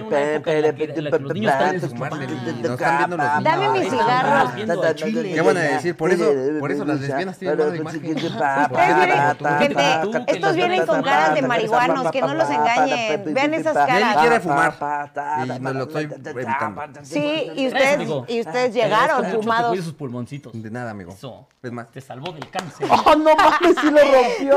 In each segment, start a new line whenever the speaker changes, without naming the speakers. Los niños están en sus
Fumarle,
papás.
no están viendo los niños.
Dame mi
Ahí están
cigarro.
viendo a Chile.
¿Qué van a decir? Por eso- por eso las lesbianas tienen mala imagen.
Ustedes vienen-
tú,
gente,
pa, tú, que
estos
los
vienen
ven
con
tan
caras de
tan,
marihuanos, que no los engañen. Vean esas caras.
quiere fumar, y no lo estoy evitando.
Sí, y
Gracias,
ustedes,
amigo.
y ustedes
Te agradezco
llegaron
mucho que
fumados.
cuides sus pulmoncitos.
De nada, amigo.
Eso.
Es más.
Te salvó del cáncer.
¡Oh, no mames! ¡Sí lo rompió!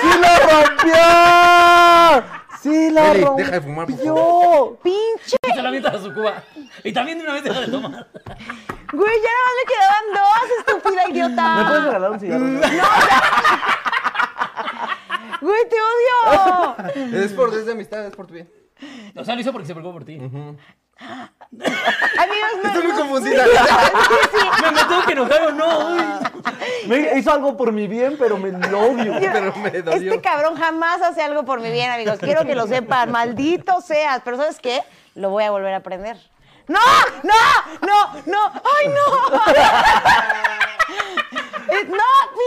¡Sí lo rompió! ¡Sí lo
Eli,
rompió!
deja de fumar, por favor.
¡Oh, Pinche,
Y se la avientas a su cuba. Y también de una vez deja de tomar.
güey, ya nada más me quedaban dos, estúpida
¿Me puedes
idiota.
regalar un cigarro?
Güey, te odio.
Es por es de amistad, es por tu bien.
O sea, lo hizo porque se preocupó por ti.
Amigos, no.
Estoy muy confundida.
Me, me tengo que enojar o no. uy.
Me hizo algo por mi bien, pero me lo odio.
Pero me dolió.
Este cabrón jamás hace algo por mi bien, amigos. Quiero que lo sepan. Maldito seas. Pero ¿sabes qué? Lo voy a volver a aprender. ¡No! ¡No! ¡No! ¡No! ¡Ay, no! Eh, ¡No!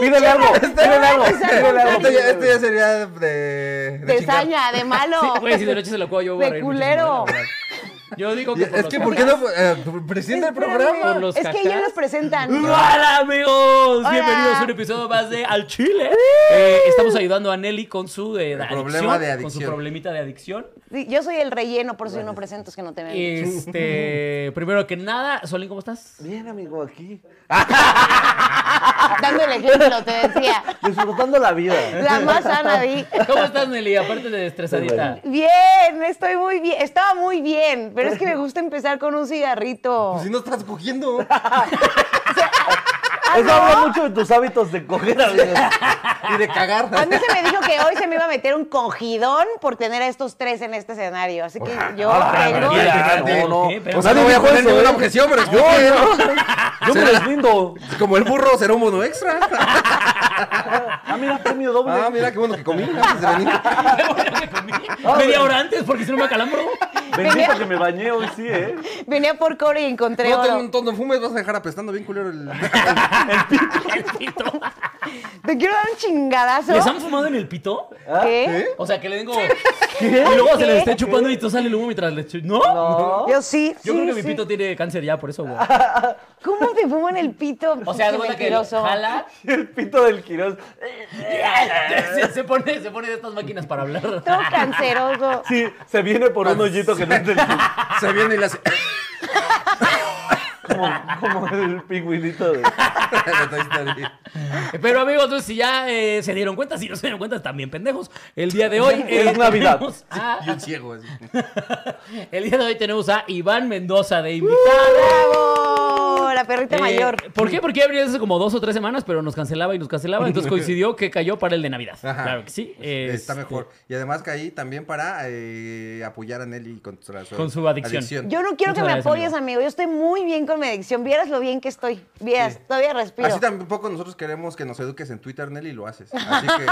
pinche
Pídele algo,
maldito,
pídele algo,
que sea
pídele algo.
Este
contrario.
ya, este ya sería de. de
De
chingar.
saña, de malo.
Sí, güey, si de noche se lo cuelgo, yo voy a
De
reír
culero.
muchísimo, la verdad. Yo digo que
Ya,
por
Es
los
que, ¿por qué no eh, presenta el
Espérame,
programa?
Por los
es que ellos
cacas.
los presentan.
¡Hola amigos! Bienvenidos a un episodio más de Al Chile.
Uh.
Eh, estamos ayudando a Nelly con su eh, adicción,
problema de
Con su
adicción.
problemita de adicción.
Sí, Yo soy el relleno, por eso yo no presento, es que no te ven.
Este, primero que nada, Solín, ¿cómo estás?
Bien, amigo, aquí.
Dando el Ah, ejemplo, te decía.
Disfrutando la vida.
La más sana, vi.
¿Cómo estás, Nelly? Aparte de estresadita.
Bien, estoy muy bien. Estaba muy bien, pero es que me gusta empezar con un cigarrito.
Si no estás cogiendo. Ah,
Eso habla mucho de tus hábitos de coger, amigo.
y de cagar.
A mí se me dijo que hoy se me iba a meter un cogidón por tener a estos tres en este escenario. Así que yo
Ah,
tengo.
mira.
Ah, No, no.
¿Qué? Pero
O sea, no
nadie
voy a
dijo
poner
eso,
ninguna
¿eh?
objeción, pero
Yo,
escoge,
yo,
¿no?
yo me
Será-
deslindo.
Como el burro será un bono extra.
Ah, mira, premio doble.
Ah, mira qué bueno que comí antes de venir.
Qué bueno que comí media hora antes porque si no me acalambro.
Bendito que me bañé hoy, sí, ¿eh?
Venía por cobre y encontré
No,
oro.
ten- no, no fumes, vas a dejar apestando bien culero el.
El pito.
Te quiero dar un chingadazo.
¿Les han fumado en el pito?
¿Qué?
O sea, que le den como... Y luego se les esté chupando y tú sale el humo mientras le chupas. ¿No?
¿Ah?
No.
Yo sí.
Yo
sí,
creo que
sí.
mi pito tiene cáncer ya, por eso, güey.
¿Cómo te fuman el pito?
O sea, haz de
Pinche
cuenta que
mentiroso.
jala,
El pito del Quirós.
se, se pone, se pone de estas máquinas para hablar.
Todo canceroso.
Sí, se viene por
Ah,
un hoyito que no es del
Se viene y le hace.
como, como el pingüinito de.
De Toy Story.
Pero amigos, entonces si ya eh, se dieron cuenta, si no se dieron cuenta, también pendejos. El día de hoy eh,
Es Navidad.
tenemos
Ah.
a-
Y un ciego así.
el día de hoy tenemos a Iván Mendoza de invitado.
¡Bravo! La perrita
Eh,
mayor.
¿Por qué? Porque habría hace como dos o tres semanas, pero nos cancelaba y nos cancelaba. Entonces coincidió que cayó para el de Navidad.
Ajá.
Claro que sí. eh,
Está mejor. Y además caí también para eh, apoyar a Nelly contra su,
Con su adicción.
Yo no quiero
Muchas
que me
gracias,
apoyes,
amigo.
amigo. Yo estoy muy bien con mi adicción. Vieras lo bien que estoy. Vieras, todavía respiro.
Así tampoco nosotros queremos que nos eduques en Twitter, Nelly, y lo haces. Así que.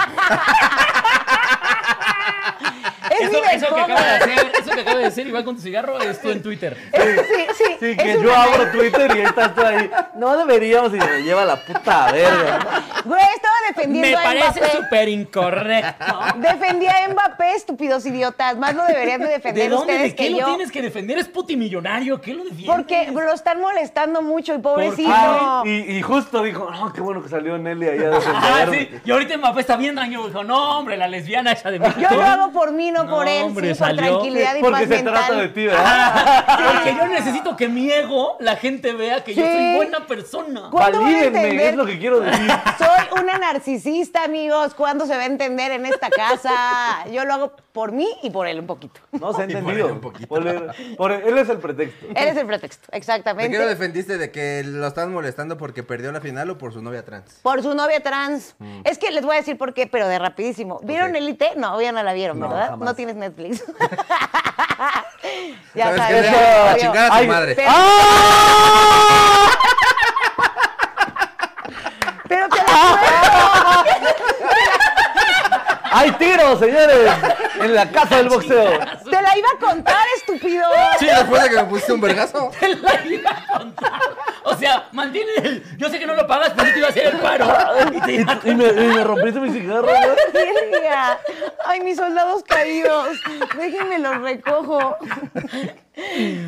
Es mi
Eso, eso que
desfogue.
acaba de hacer, eso que acaba de decir Iván con tu cigarro es tú en Twitter.
Es- Sí, sí.
Sí,
es
que
un
yo
canal.
abro Twitter y estás tú ahí. No deberíamos y me lleva la puta verga.
Güey, estaba
Me
defendiendo a
parece
Mbappé.
súper incorrecto.
Defendía a Mbappé, estúpidos idiotas. Más lo deberían de defender
¿De dónde?
ustedes
¿De qué
que
lo
yo.
tienes que defender? Es putimillonario. ¿Qué lo defiendes?
Porque lo están molestando mucho y pobrecito.
Ah, y, y justo dijo, no, qué bueno que salió Nelly allá de
Ah,
defenderme".
sí. Y ahorita Mbappé está bien daño. Dijo, no, hombre, la lesbiana esa de mí.
Yo lo hago por mí, no,
No,
por él,
hombre,
sí, por
salió.
tranquilidad y
Porque
paz
se
mental.
trata de ti, ¿verdad?
Porque yo necesito Ah, que mi ego, la gente vea que yo
Sí.
soy buena persona.
¿Cuándo van a
Valídenme,
entender?
es lo que quiero decir.
Soy una narcisista, amigos. ¿Cuándo se va a entender en esta casa? Yo lo hago por mí y por él un poquito.
No, se ha
Y por
entendido.
ahí un poquito.
Por el- por el- él es el pretexto.
Él es el pretexto,
¿De qué lo
exactamente.
defendiste? ¿De que lo están molestando porque perdió la final o por su novia trans?
Por su novia trans. Es que les voy a decir por qué, pero de rapidísimo. ¿Vieron
Ok.
Elite? No, ya no la vieron,
No,
¿verdad?
jamás.
No tienes Netflix.
¿Sabes
ya
qué?
sabes.
Deja
ya
a
vio.
chingar a tu
Ay,
madre.
pero-
¡Ah!
Pero te la
Hay tiros, señores, en la casa del boxeo.
Te la iba a contar, estúpido.
Sí, después de que me pusiste un vergazo.
Te la iba a contar. O sea, mantiene el. Yo sé que no lo pagas, pero yo te iba a hacer el paro. Y te iba a
Y me, y me rompiste mi cigarro, ¿no?
Verga. Ay, mis soldados caídos. Déjenme los recojo.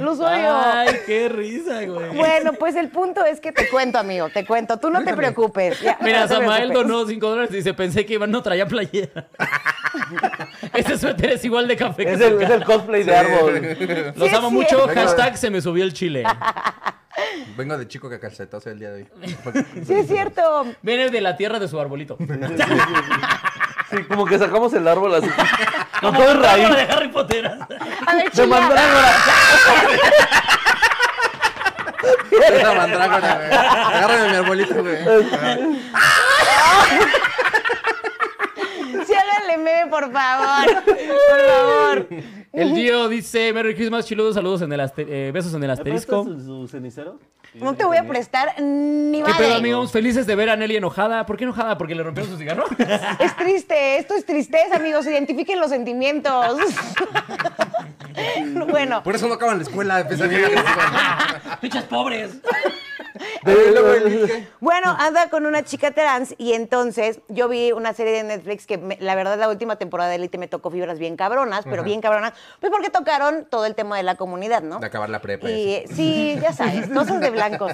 Los odio.
Ay, qué risa, güey.
Bueno, pues el punto es que te cuento, amigo, te cuento. Tú no te preocupes. ya,
Mira,
no te
Samael
preocupes.
donó 5 dólares y dice, pensé que Iván no traía playera. Ese suéter es igual de café que
Es
su
el, es
cara.
el cosplay de árbol.
Los
Sí,
amo
es
mucho.
cierto.
Hashtag se me subió el chile.
Vengo de chico que calcetazo el día de hoy.
Sí, es cierto.
Viene de la tierra de su arbolito.
Sí, como que sacamos el árbol así. No todo es
Como
raíz.
de Harry Potter.
A ver,
De
chinga.
mandrágora.
Esa mandrágora, güey. Agárrame mi arbolito, güey.
Ciérrale, meme, por favor. Por favor.
El Gio dice, Merry Christmas, chiludos, saludos en el aste- eh, besos en el asterisco.
¿Su, su cenicero?
No te voy a prestar ni
¿Qué pedo,
madre.
amigos? Felices de ver a Nelly enojada. ¿Por qué enojada? ¿Porque le rompieron su cigarro?
Es triste, esto es tristeza, amigos. Identifiquen los sentimientos. Bueno,
Por eso no acaban la escuela. Empecé a llegar.
¡Pichas pobres!
Y luego elige.
Bueno, anda con una chica trans y entonces yo vi una serie de Netflix que me- la verdad la última temporada de Elite me tocó fibras bien cabronas, pero bien cabronas, pues porque tocaron todo el tema de la comunidad, ¿no?
De acabar la prepa.
Y,
Y...
eh, sí, ya sabes, cosas de blancos.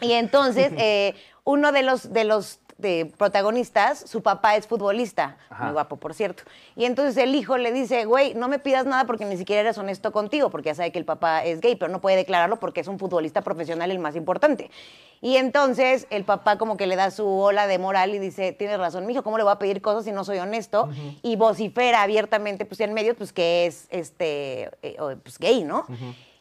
Y entonces, eh, uno de los, de los de protagonistas, su papá es futbolista, muy guapo, por cierto. Y entonces el hijo le dice, güey, no me pidas nada porque ni siquiera eres honesto contigo, porque ya sabe que el papá es gay, pero no puede declararlo porque es un futbolista profesional el más importante. Y entonces el papá como que le da su ola de moral y dice, tienes razón, mijo, ¿cómo le voy a pedir cosas si no soy honesto? Y vocifera abiertamente, pues en medio, pues que es este, eh, o, pues gay, ¿no?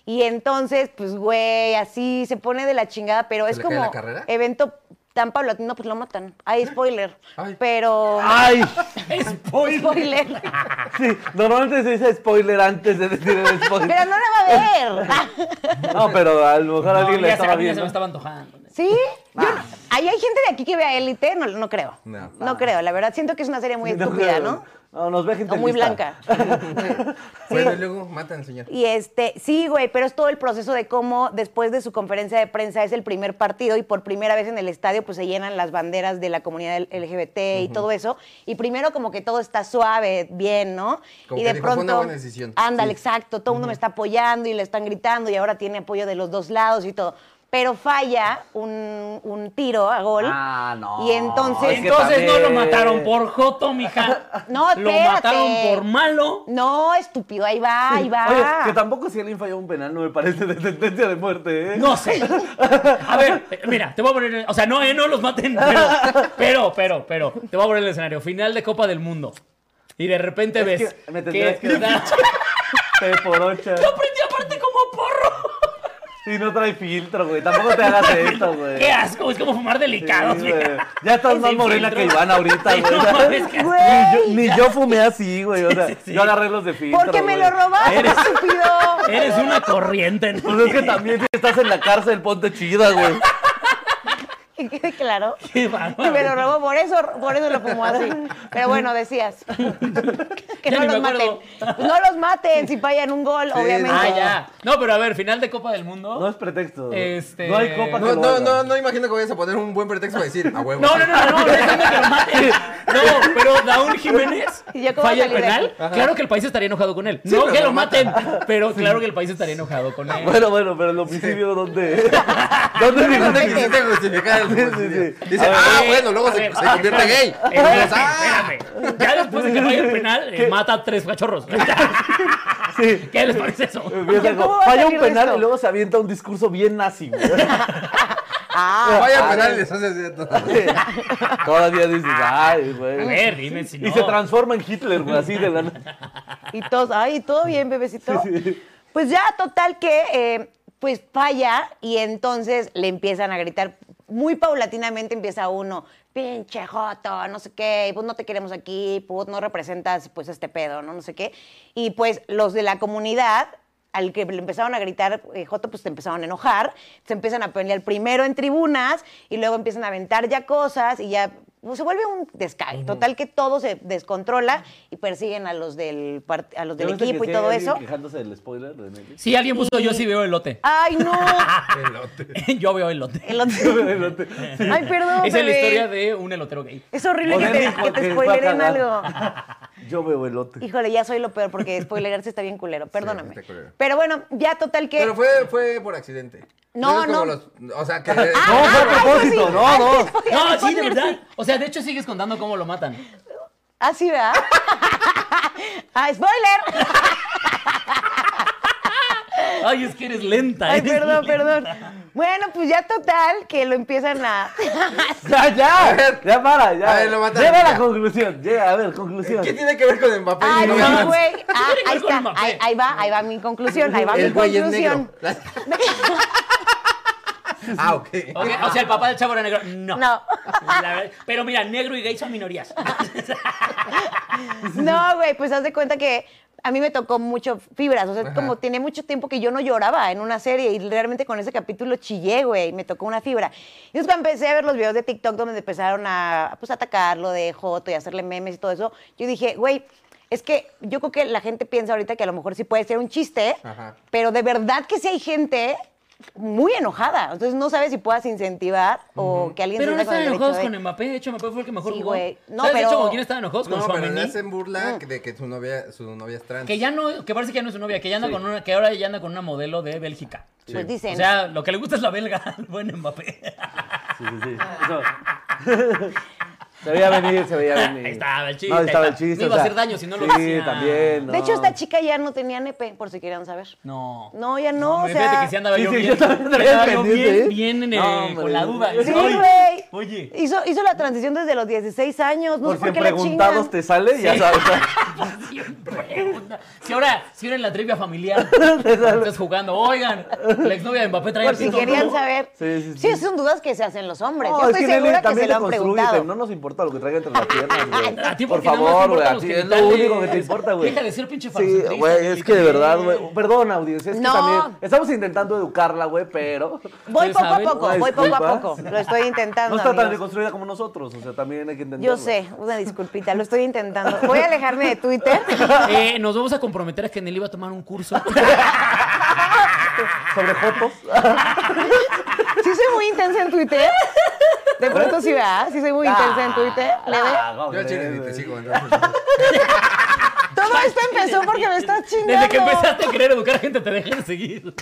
Y entonces, pues, güey, así se pone de la chingada, pero
¿Se
es
le cae
como
la carrera?
evento tan paulatino, pues lo matan. Ay, spoiler.
Ay. Ah,
Pero.
¡Ay!
¡Spoiler!
Spoiler.
Sí, normalmente se dice spoiler antes de decir el
pero
spoiler.
no la va a ver.
No, pero a lo mejor
No,
alguien le
ya se,
estaba
a mí ya se
viendo.
me estaba antojando.
¿Sí? Yo no- ¿Ahí hay gente de aquí que vea élite? No, no creo.
No.
creo. La verdad, siento que es una serie muy
Sí, no
estúpida,
creo.
¿no?
No, nos ve gente
O muy
lista.
blanca.
Bueno, y luego matan al señor.
Y este, sí, güey, pero es todo el proceso de cómo después de su conferencia de prensa es el primer partido y por primera vez en el estadio pues se llenan las banderas de la comunidad LGBT y todo eso. Y primero como que todo está suave, bien, ¿no?
Como
y
que
de
dijo, fue
pronto...
una buena decisión.
Ándale, exacto, todo el mundo me está apoyando y le están gritando y ahora tiene apoyo de los dos lados y todo. Pero falla un, un tiro a gol.
Ah, no.
Y entonces-
Es que
Entonces no lo
también-
mataron por Joto, mija.
No,
Lo
espérate.
mataron por malo.
No, estúpido, ahí va, ahí va.
Oye, que tampoco si alguien falló un penal no me parece de sentencia de muerte, ¿eh?
No sé. A ver, eh, mira, te voy a poner. O sea, no, eh, no los maten. Pero, pero, pero, pero, Te voy a poner el escenario. Final de Copa del Mundo. Y de repente
Es
ves.
que me tendrías que dar-
Yo
P por ocho.
aprendí aparte como porro.
Sí, no trae filtro, güey. Tampoco te hagas esto, güey.
Qué asco, es como fumar
Sí,
delicados,
güey.
mija.
Ya estás
Es
más
sin
morena
filtro.
que Iván ahorita,
Sí,
güey.
no mames, qué asco.
ni, yo, ni yo fumé así, güey. O sea,
Sí, sí, sí.
yo agarré los de filtro.
Porque me
güey.
lo robaste,
Eres-
estúpido.
Eres una corriente, ¿no?
Pues es que también si estás en la cárcel, ponte chida, güey.
Que quede claro.
Qué bárbaro.
Me lo robó, por eso, por eso lo fumó así. Pero bueno, decías. que
Ya
no
ni
los
me
maten.
acuerdo.
No los maten si fallan un gol,
Sí,
obviamente.
Ah, ya. No, pero a ver, final de Copa del Mundo.
No es pretexto. güey.
Este-
No hay copa
No,
que lo
no,
haga.
no, no imagino que vayas a poner un buen pretexto para decir a huevo.
No, no, no, no, no, déjame que lo mate. No, pero Daún Jiménez
¿Y yo cómo
falla el
salí de
penal.
aquí?
Claro que el país estaría enojado con él.
Sí,
no
pero
que
lo
lo maten, pero claro que el país estaría enojado
Ah,
con él.
Bueno, bueno, pero el homicidio, ¿dónde? ¿Dónde digo?
¿Dónde quisiste justificar el
Sí, sí,
homicidio?
sí.
Dice,
A ver,
ah,
Eh,
bueno, luego
a
se,
ver,
se
a ver,
convierte gay.
espérame,
Ah,
Espérame, espérame. Ya después de que falla el penal, eh, mata a tres cachorros.
Sí.
¿Qué les parece eso?
Empieza
¿Cómo
con,
va a
falla
salir
un
de
penal
esto?
y luego se avienta un discurso bien nazi. güey.
Ah,
Vaya
a
penal
ver.
y les hace todo.
Todavía dices, ay, güey.
A ver, dime si no.
Y se transforma en Hitler, güey, así de la nada.
y todos, ay, todo bien, bebecito. Pues ya, total que, eh, pues falla y entonces le empiezan a gritar. Muy paulatinamente empieza uno, pinche joto, no sé qué, pues no te queremos aquí, pues no representas pues este pedo, ¿no? No sé qué. Y pues los de la comunidad al que le empezaron a gritar eh, Joto, pues te empezaron a enojar, se empiezan a pelear primero en tribunas y luego empiezan a aventar ya cosas y ya pues, se vuelve un descague. Total que todo se descontrola y persiguen a los del, part- a los
¿Ya
del
viste este que
equipo y
sí
todo
hay alguien
eso.
quejándose del spoiler de Netflix?
Sí, alguien puso
Y-
yo sí veo elote.
¡Ay, no!
Elote.
yo veo elote.
El otro- Ay, perdón.
Esa es la
bebé.
historia de un elotero gay.
Es horrible
O
que
sea,
te,
dijo
que te
que va a
spoileren
cagar.
algo.
Yo veo elote.
Híjole, ya soy lo peor porque spoilerarse está bien culero. Perdóname.
está culero.
Pero bueno, ya total que.
Pero fue, fue por accidente.
No,
es como
no.
los- o sea, que...
Ah,
No,
Ah,
fue a propósito, no, no.
No, sí, de verdad. O sea, de hecho sigues contando cómo lo matan.
Ah, sí, ¿verdad? ¡Ah, spoiler!
Ay, es que eres lenta.
Ay,
eres
perdón,
lenta.
perdón. Bueno, pues ya total que lo empiezan a.
Ya, ya,
ver.
ya para, ya.
A ver, lo mataron,
Llega a la
ya.
conclusión, llega, a ver, conclusión.
¿Qué tiene que ver con Mbappé?
Ay,
No,
no,
más.
güey.
tiene
Ah,
que
ahí
ver con
está.
Mbappé?
Ahí, ahí va, ahí va mi conclusión. Ahí va mi
el güey es
conclusión.
negro. ah, ok.
Ok, o sea, el papá del chavo era negro. No.
No. Ah,
La verdad- pero mira, negro y gay son minorías.
No, güey, pues haz de cuenta que a mí me tocó mucho fibras. O sea, como tenía mucho tiempo que yo no lloraba en una serie y realmente con ese capítulo chillé, güey, y me tocó una fibra. Y entonces cuando empecé a ver los videos de TikTok donde empezaron a pues, atacarlo de Joto y hacerle memes y todo eso, yo dije, güey. Es que yo creo que la gente piensa ahorita que a lo mejor sí puede ser un chiste,
Ajá.
pero de verdad que sí hay gente muy enojada. Entonces no sabes si puedas incentivar o que alguien
Pero no
sienta
están
el derecho
enojados
de-
con Mbappé. De hecho, Mbappé fue el que mejor
Sí,
jugó.
güey. No,
¿Sabes de hecho
pero-
con quién estaban enojados? Con
No,
su
pero le hacen burla de que su novia, su novia es trans.
Que ya no, que parece que ya no es su novia, que ya anda con una, que ahora ya anda con una modelo de Bélgica.
Pues dicen.
O sea, lo que le gusta es la belga, al buen Mbappé.
Sí, sí, sí. Eso. se veía venir, se veía venir.
Ahí estaba el chiste,
No, ahí estaba
ahí
el
está.
chiste.
No
o
iba a
sea,
hacer daño si no lo
sí,
hacía.
también, no.
De hecho, esta chica ya no tenía nepe, por si querían saber.
No.
No, ya no, o
hombre, fíjate
sea-
que sí andaba
Sí,
yo
sí,
bien.
yo también traía
andaba yo
pendiente,
bien,
¿eh?
bien, eh,
No, hombre.
con la duda.
Sí,
Oye,
güey.
Oye.
Hizo, hizo la transición desde los 16 años. No
Por
sé por
si
qué la chingan.
preguntados te sale, ya
Sí.
sabes.
Si ahora, si ahora en la trivia familiar estás jugando, oigan, la exnovia de Mbappé traía
Por si
pito
querían
duro.
saber.
Sí, sí, sí.
son dudas que se hacen los hombres.
No,
Yo estoy
Nelly,
segura que se
también
lo
te
han
construye,
preguntado.
pero no nos importa lo que traiga entre las piernas, güey.
A ti
Por
porque nada más te
favor, güey,
importan
a
los
ti es lo
genitales.
único que te importa, güey.
Deja de ser pinche
Sí,
farsantrista,
güey, es que de verdad, güey. Perdón, audiencia, es que
No.
también estamos intentando educarla, güey, pero
Voy
Ustedes
poco a
saben,
poco,
¿no?
voy poco a
Disculpa.
poco. Lo estoy intentando.
no está tan
amigos.
deconstruida como nosotros, o sea, también hay que entenderlo.
Yo sé, una disculpita, lo estoy intentando. Voy a alejarme de Twitter.
Eh, nos vamos a comprometer a que Nelly va a tomar un curso.
Sobre fotos.
Sí soy muy intensa en Twitter. De pronto sí va, sí soy muy intensa
Ah.
en Twitter. ¿Le ve?
Yo al chile ni te sigo, entonces.
Todo esto empezó porque me estás chingando.
Desde que empezaste a querer educar a gente, te dejé de seguir.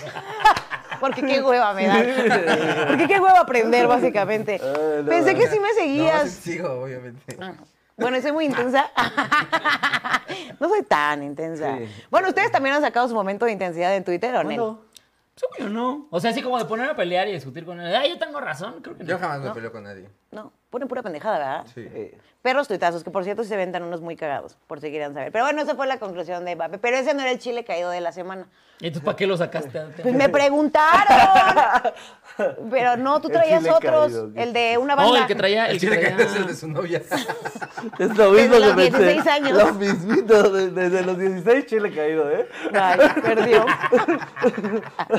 Porque qué hueva me da. Porque qué hueva aprender, básicamente.
Ay, no,
Pensé que sí me
No, sí
seguías.
te sigo, obviamente.
Bueno, soy muy intensa. No soy tan intensa.
Sí.
Bueno, ustedes también han sacado su momento de intensidad en Twitter, ¿o no?
Según yo no. O sea, así como de poner a pelear y discutir con él. Ay, yo tengo razón. Creo que no.
Yo jamás me peleo con nadie.
No, ponen pura pendejada, ¿verdad?
Sí.
Eh,
Perros tuitazos, que por cierto sí se ventan unos muy cagados, por si quieren saber. Pero bueno, esa fue la conclusión de Mbappé. Pero ese no era el chile caído de la semana.
¿Y entonces para qué lo sacaste?
Pues me preguntaron. Pero no, tú
El
traías
chile
otros.
caído, ¿qué?
el de una banda.
No, el que traía. El
El
que
chile que
traía...
es el de su novia.
Es lo mismo
Desde los
que pensé.
16 años.
Lo mismito, de- desde los 16 chile caído, ¿eh?
Ay, perdió.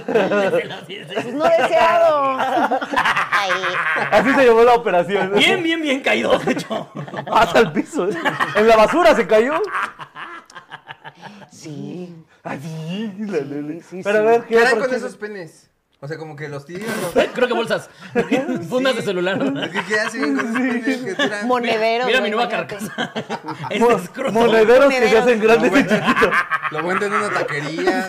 Pues no deseado. Ay,
Así se llevó la operación.
Bien, bien, bien caído, de hecho.
Hasta el piso, ¿eh? En la basura se cayó.
sí.
Así, la Lele.
sí,
Pero a
sí.
ver, ¿qué
¿Qué harán
otro
con
chile?
esos penes? O sea, como que los tiran. ¿no?
Creo que bolsas. Fundas de
Sí.
celular.
Es que ¿Qué hacen con esos penes que tiran?
Monedero.
Mira
güey,
mi nueva
imagínate.
carcasa. Este Es
Mo-
escroto.
Monederos que se
Monederos.
hacen
Lo
grandes y
venden-
chiquitos.
Lo venden en una taquería.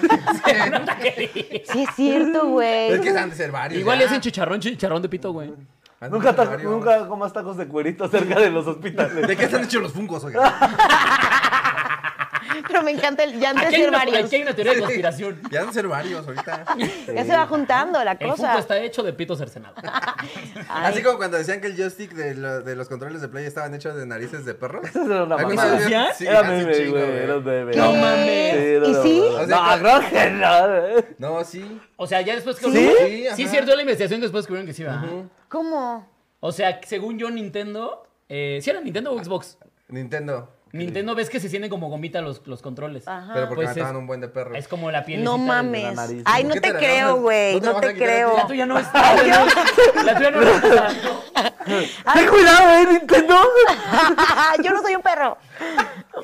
Una taquería.
Sí, es cierto, güey.
Es que han de ser varios.
Igual le
ya.
hacen chicharrón, chicharrón de pito, güey.
Han de
Nunca,
ser
ta-
varios.
nunca comas tacos de cuerito cerca de los hospitales.
¿De qué están hechos los fungos, oiga?
Pero me encanta el. Ya antes
Aquí hay,
de ir
una,
varios.
aquí hay una teoría de conspiración.
Ya han de ser varios ahorita.
Ya se va juntando la
El fútbol
cosa.
está hecho de pito cercenado.
Ay.
Así como cuando decían que el joystick de, lo- de los controles de play estaban hechos de narices de perros.
Eso era una
¿Alguna
mamada.
vez vieron? Sí,
era
hace un
meme,
chingo,
güey.
güey.
Era un meme.
¿Qué?
No mames.
¿Y sí?
O sea,
No,
que-
creo que no. eh.
No, sí.
O sea, ya después que...
¿Sí?
Sí,
Sí,
ajá.
cierto, la investigación que después descubrieron que sí, ¿verdad?
¿Cómo?
O sea, según yo, Nintendo... Eh, ¿Sí era Nintendo o Xbox?
Nintendo.
Nintendo ves que se sienten como gomita los, los controles.
Ajá.
Pero porque
Pues
mataban
es-
un buen de perros.
Es como la piel.
No mames.
nariz.
Ay,
¿Por
no
qué
te
te
creo,
regalas?
güey.
¿No te
No
vas a
te
quitar el
creo.
La tuya no es. La tuya no es.
Ten cuidado, eh, Nintendo.
Yo no soy un perro.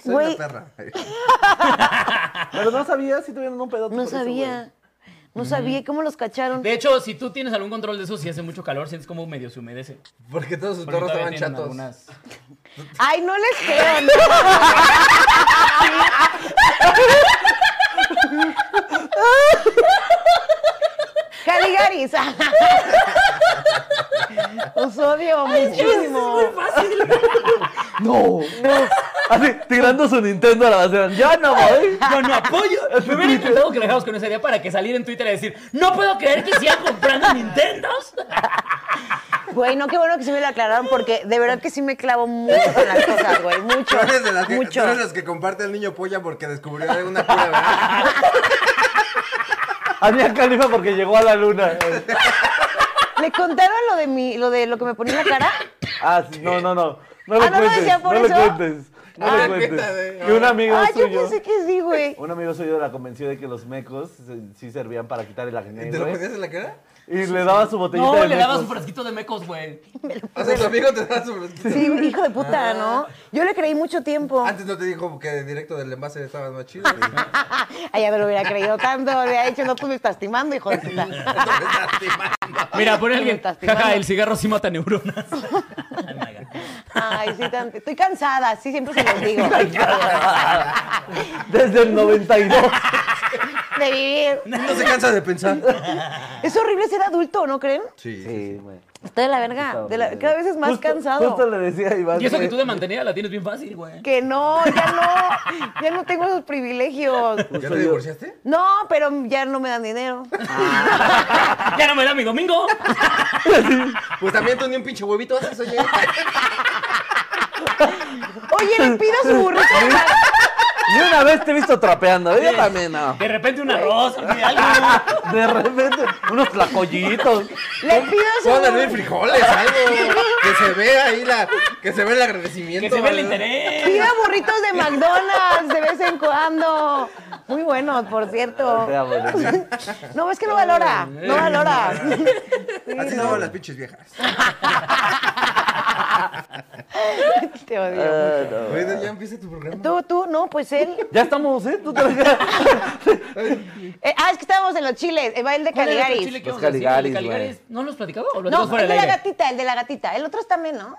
Soy
Güey,
una perra.
Pero no sabía si tuvieron un pedote. por
no
eso,
sabía. No sabía ¿y cómo los cacharon.
De hecho, si tú tienes algún control de eso, si hace mucho calor, sientes como medio se humedece.
Porque todos sus
Porque
perros
todavía
estaban
tienen
chatos.
algunas-
Ay, no les creo. no. Caligaris. Os odio muchísimo.
No, no. Así, tirando su Nintendo a la basura. Yo no voy.
Yo no apoyo. Me hubiera encantado que lo dejáramos con esa idea para que salir en Twitter a decir: No puedo creer que sigan comprando Nintendos.
Güey, no, qué bueno que sí me lo aclararon porque de verdad que sí me clavo mucho con las cosas, güey. Mucho.
Tú eres de las que,
mucho.
tú eres de las que comparte al niño polla porque descubrió una cura, ¿verdad?
A mí Califa porque llegó a la luna.
¿Le contaron lo de mi, lo de lo que me ponía en la cara?
Ah, sí, no, no, no. No
Ah,
le
¿no lo
cuentes.
decía por
no le
eso?
cuentes. No
Ah,
le cuentes.
cuéntame.
Que un amigo
Ah, yo
suyo.
pensé que sí, güey.
Un amigo suyo la convenció de que los mecos se- sí servían para quitar el acné,
¿Te lo
güey.
ponías en la cara?
Y le daba su botellita
No,
de
le daba
mecos.
su frasquito de mecos, güey.
O sea, tu amigo te da su frasquito.
Sí, hijo de puta, ¿no? Yo le creí mucho tiempo.
Antes no te dijo que directo del envase estabas más chido.
Ay, ya me lo hubiera creído tanto, le hubiera dicho, no, tú me estás timando, hijo de puta.
Mira, pone alguien.
estás timando.
Jaja, el cigarro sí mata neuronas. Ay, my God.
Ay, sí, tan- estoy cansada, sí, siempre se los digo.
Desde el 92.
De vivir.
No se cansa de pensar.
Es horrible ser adulto, ¿no creen?
Sí.
Sí, güey.
Está de la verga. Ah, de la-
horrible.
cada vez es más
Justo-
cansado.
Justo le decía a Iván.
Y eso que
güey,
tú de mantenida la tienes bien fácil, güey.
Que no, ya no. Ya no tengo esos privilegios.
¿Ya te divorciaste?
No, pero ya no me dan dinero.
Ya no me da mi domingo.
Pues también tú ni un pinche huevito haces, oye.
Oye, le pido su burrito.
Ni una vez te he visto trapeando. Yo también, no.
De repente un arroz, oye, algo.
De repente, unos tlacoyitos.
Le pido su
Puedo darle
burrito.
frijoles, algo. Que se vea ahí la. Que se vea el agradecimiento.
Que se ve el
¿verdad?
interés.
Pido burritos de McDonald's de vez en cuando. Muy buenos, por cierto.
Te amo, Nelly.
No, es que no valora. No valora.
Así no van las pinches viejas.
Te odio.
Ah, no.
Oye, ya empieza tu programa.
Oh, Tú, tú, no, pues él.
Ya estamos, ¿eh? Tú te
Eh, ah, es que estábamos en los chiles. El baile de
¿Cuál era el otro
Caligaris.
chile que
Los
íbamos a decir? ¿El de
Caligaris,
Caligaris? ¿No los platicaba o lo
No,
hacemos fuera
el de
del
la
aire?
gatita, el de la gatita. El otro es también, ¿no?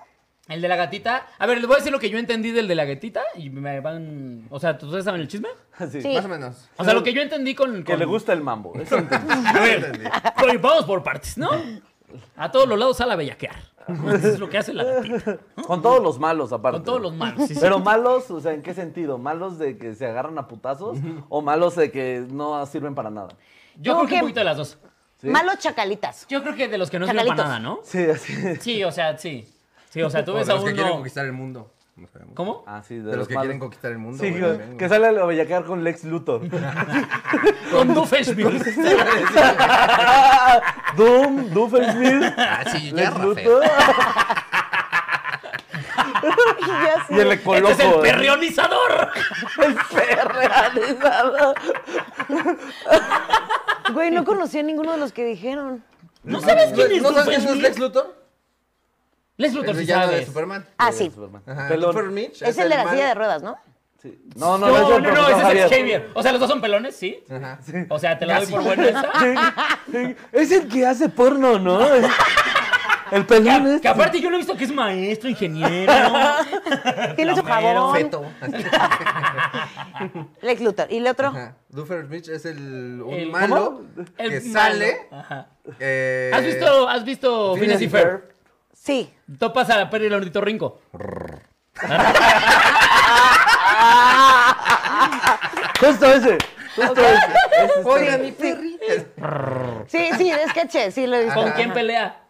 El de la gatita. A ver, les voy a decir lo que yo entendí del de la gatita y me van. O sea, ¿ustedes saben el chisme?
Sí.
Sí.
Más o menos.
O sea, lo que yo entendí con.
Que
con-
le gusta el mambo. Eso entendí.
A ver, pero vamos por partes, ¿no? A todos los lados sale a bellaquear. Eso es lo que hace la gatita.
Con todos los malos, aparte.
Con todos los malos. sí, sí.
Pero malos, o sea, ¿en qué sentido? ¿Malos de que se agarran a putazos o malos de que no sirven para nada?
Yo
No,
creo que
que-
un poquito de las dos.
Sí.
Malos chacalitas.
Yo creo que de los que no sirven para
Chacalitos.
nada, ¿no?
Sí, así.
Sí, o sea, sí. Sí, o sea, tú
O
ves
de
a
los que quieren
uno.
conquistar el mundo. No sabemos.
¿Cómo?
Ah, sí,
De los que
malos.
quieren conquistar el mundo.
Sí,
güey,
que-
también,
que
güey.
sale a bellaquear con Lex Luthor.
Con Doofenshmirtz.
Doom, Doofenshmirtz,
Ah, sí, ya,
Lex
Rafael.
Luthor
Y yo así,
y el ecoloco.
Este es
¿eh?
el perreonizador.
Güey, no conocía a ninguno de los que dijeron.
¿No sabes quién es
¿No sabes quién es
Doofenshmirtz?
Lex Luthor?
Les
El
Luthor, sí
villano de
sabes.
Superman.
Ah, sí.
Superman.
Ajá,
Pelón.
Luthor Mitch
Es el de la
mal-
silla de ruedas, ¿no?
Sí. No, no,
No,
es
no,
el
no,
profesor
ese es
Javier.
Xavier. O sea, los dos son pelones, ¿sí?
Ajá.
O sea, te la doy por buena esta.
Es el que hace porno, ¿no? El pelón este.
Que,
es.
que aparte yo lo he visto que es maestro, ingeniero.
Tiene su
plomero.
jabón.
Feto.
Lex Luthor. ¿Y el otro?
Ajá. Luther Mitch es el, un
El-
malo
El
que
malo.
sale.
Ajá.
eh,
¿Has visto, has visto Phineas y Ferb?
Sí.
Topas a Perry el ornitorrinco.
Justo ese. Justo ese. Ese está-
Oiga, mi perrito.
Sí, sí, de sketch, sí
Ah,
lo he visto.
¿Con quién pelea?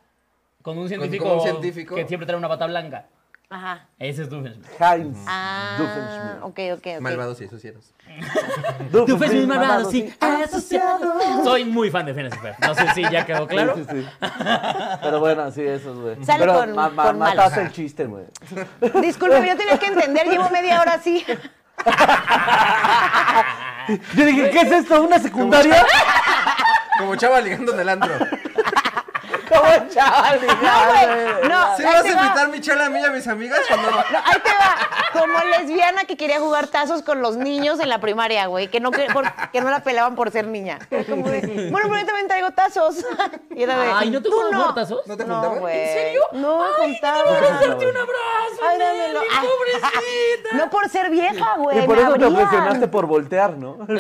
Con un científico,
con un científico.
que siempre trae una bata blanca.
Ajá.
Ese es Doofenshmirtz.
Heinz
Ah, ok, ok, ok.
Malvados y asociados.
Doofenshmirtz.
Doofenshmirtz
Doofenshmirtz
malvado, sí, Ah,
asociado.
Soy muy fan de Phineas y Ferb. No sé si ya quedó claro.
Sí, sí, sí. Pero bueno, sí, eso es, güey.
Sale
Pero
con-
ma- ma-
con malos.
mataste el chiste, güey.
Disculpe, yo tenía que entender, llevo media hora así. Ah.
Yo dije, ¿qué es esto? ¿Una secundaria?
Como chava ligando en el antro.
No manches. chaval.
No, güey, no.
¿Sí
ahí
vas a
te va.
invitar Michelle a mí y a mis amigas o no?
No, ahí te va. Como lesbiana que quería jugar tazos con los niños en la primaria, güey, que no, que, por- que no la pelaban por ser niña. Como de, bueno, pero yo también traigo tazos. Y era de,
Ay, ¿no te
"Tú
puedo jugar tazos?
¿No te juntaban?
güey.
¿En serio?
No, contaba.
darte un abrazo,
Ay,
Nelly,
dámelo. Ay.
pobrecita.
No por ser vieja, güey.
Y por
me
eso te
abrían.
presionaste por voltear, ¿no?
Por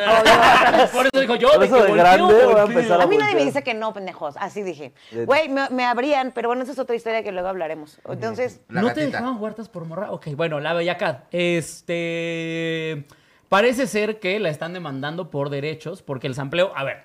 eso dijo yo,
Por
de
eso
que
de
volteo,
grande voy a
volteo.
empezar
A mí nadie me
voltear.
dice que no, pendejos. Así dije.
De-
Güey, me, me abrían, pero bueno, esa es otra historia que luego hablaremos. Entonces,
La
¿No te
gatita.
dejaban huertas por morra? Ok, bueno, la Bellacad. Este. Parece ser que la están demandando por derechos, porque el sampleo. A ver,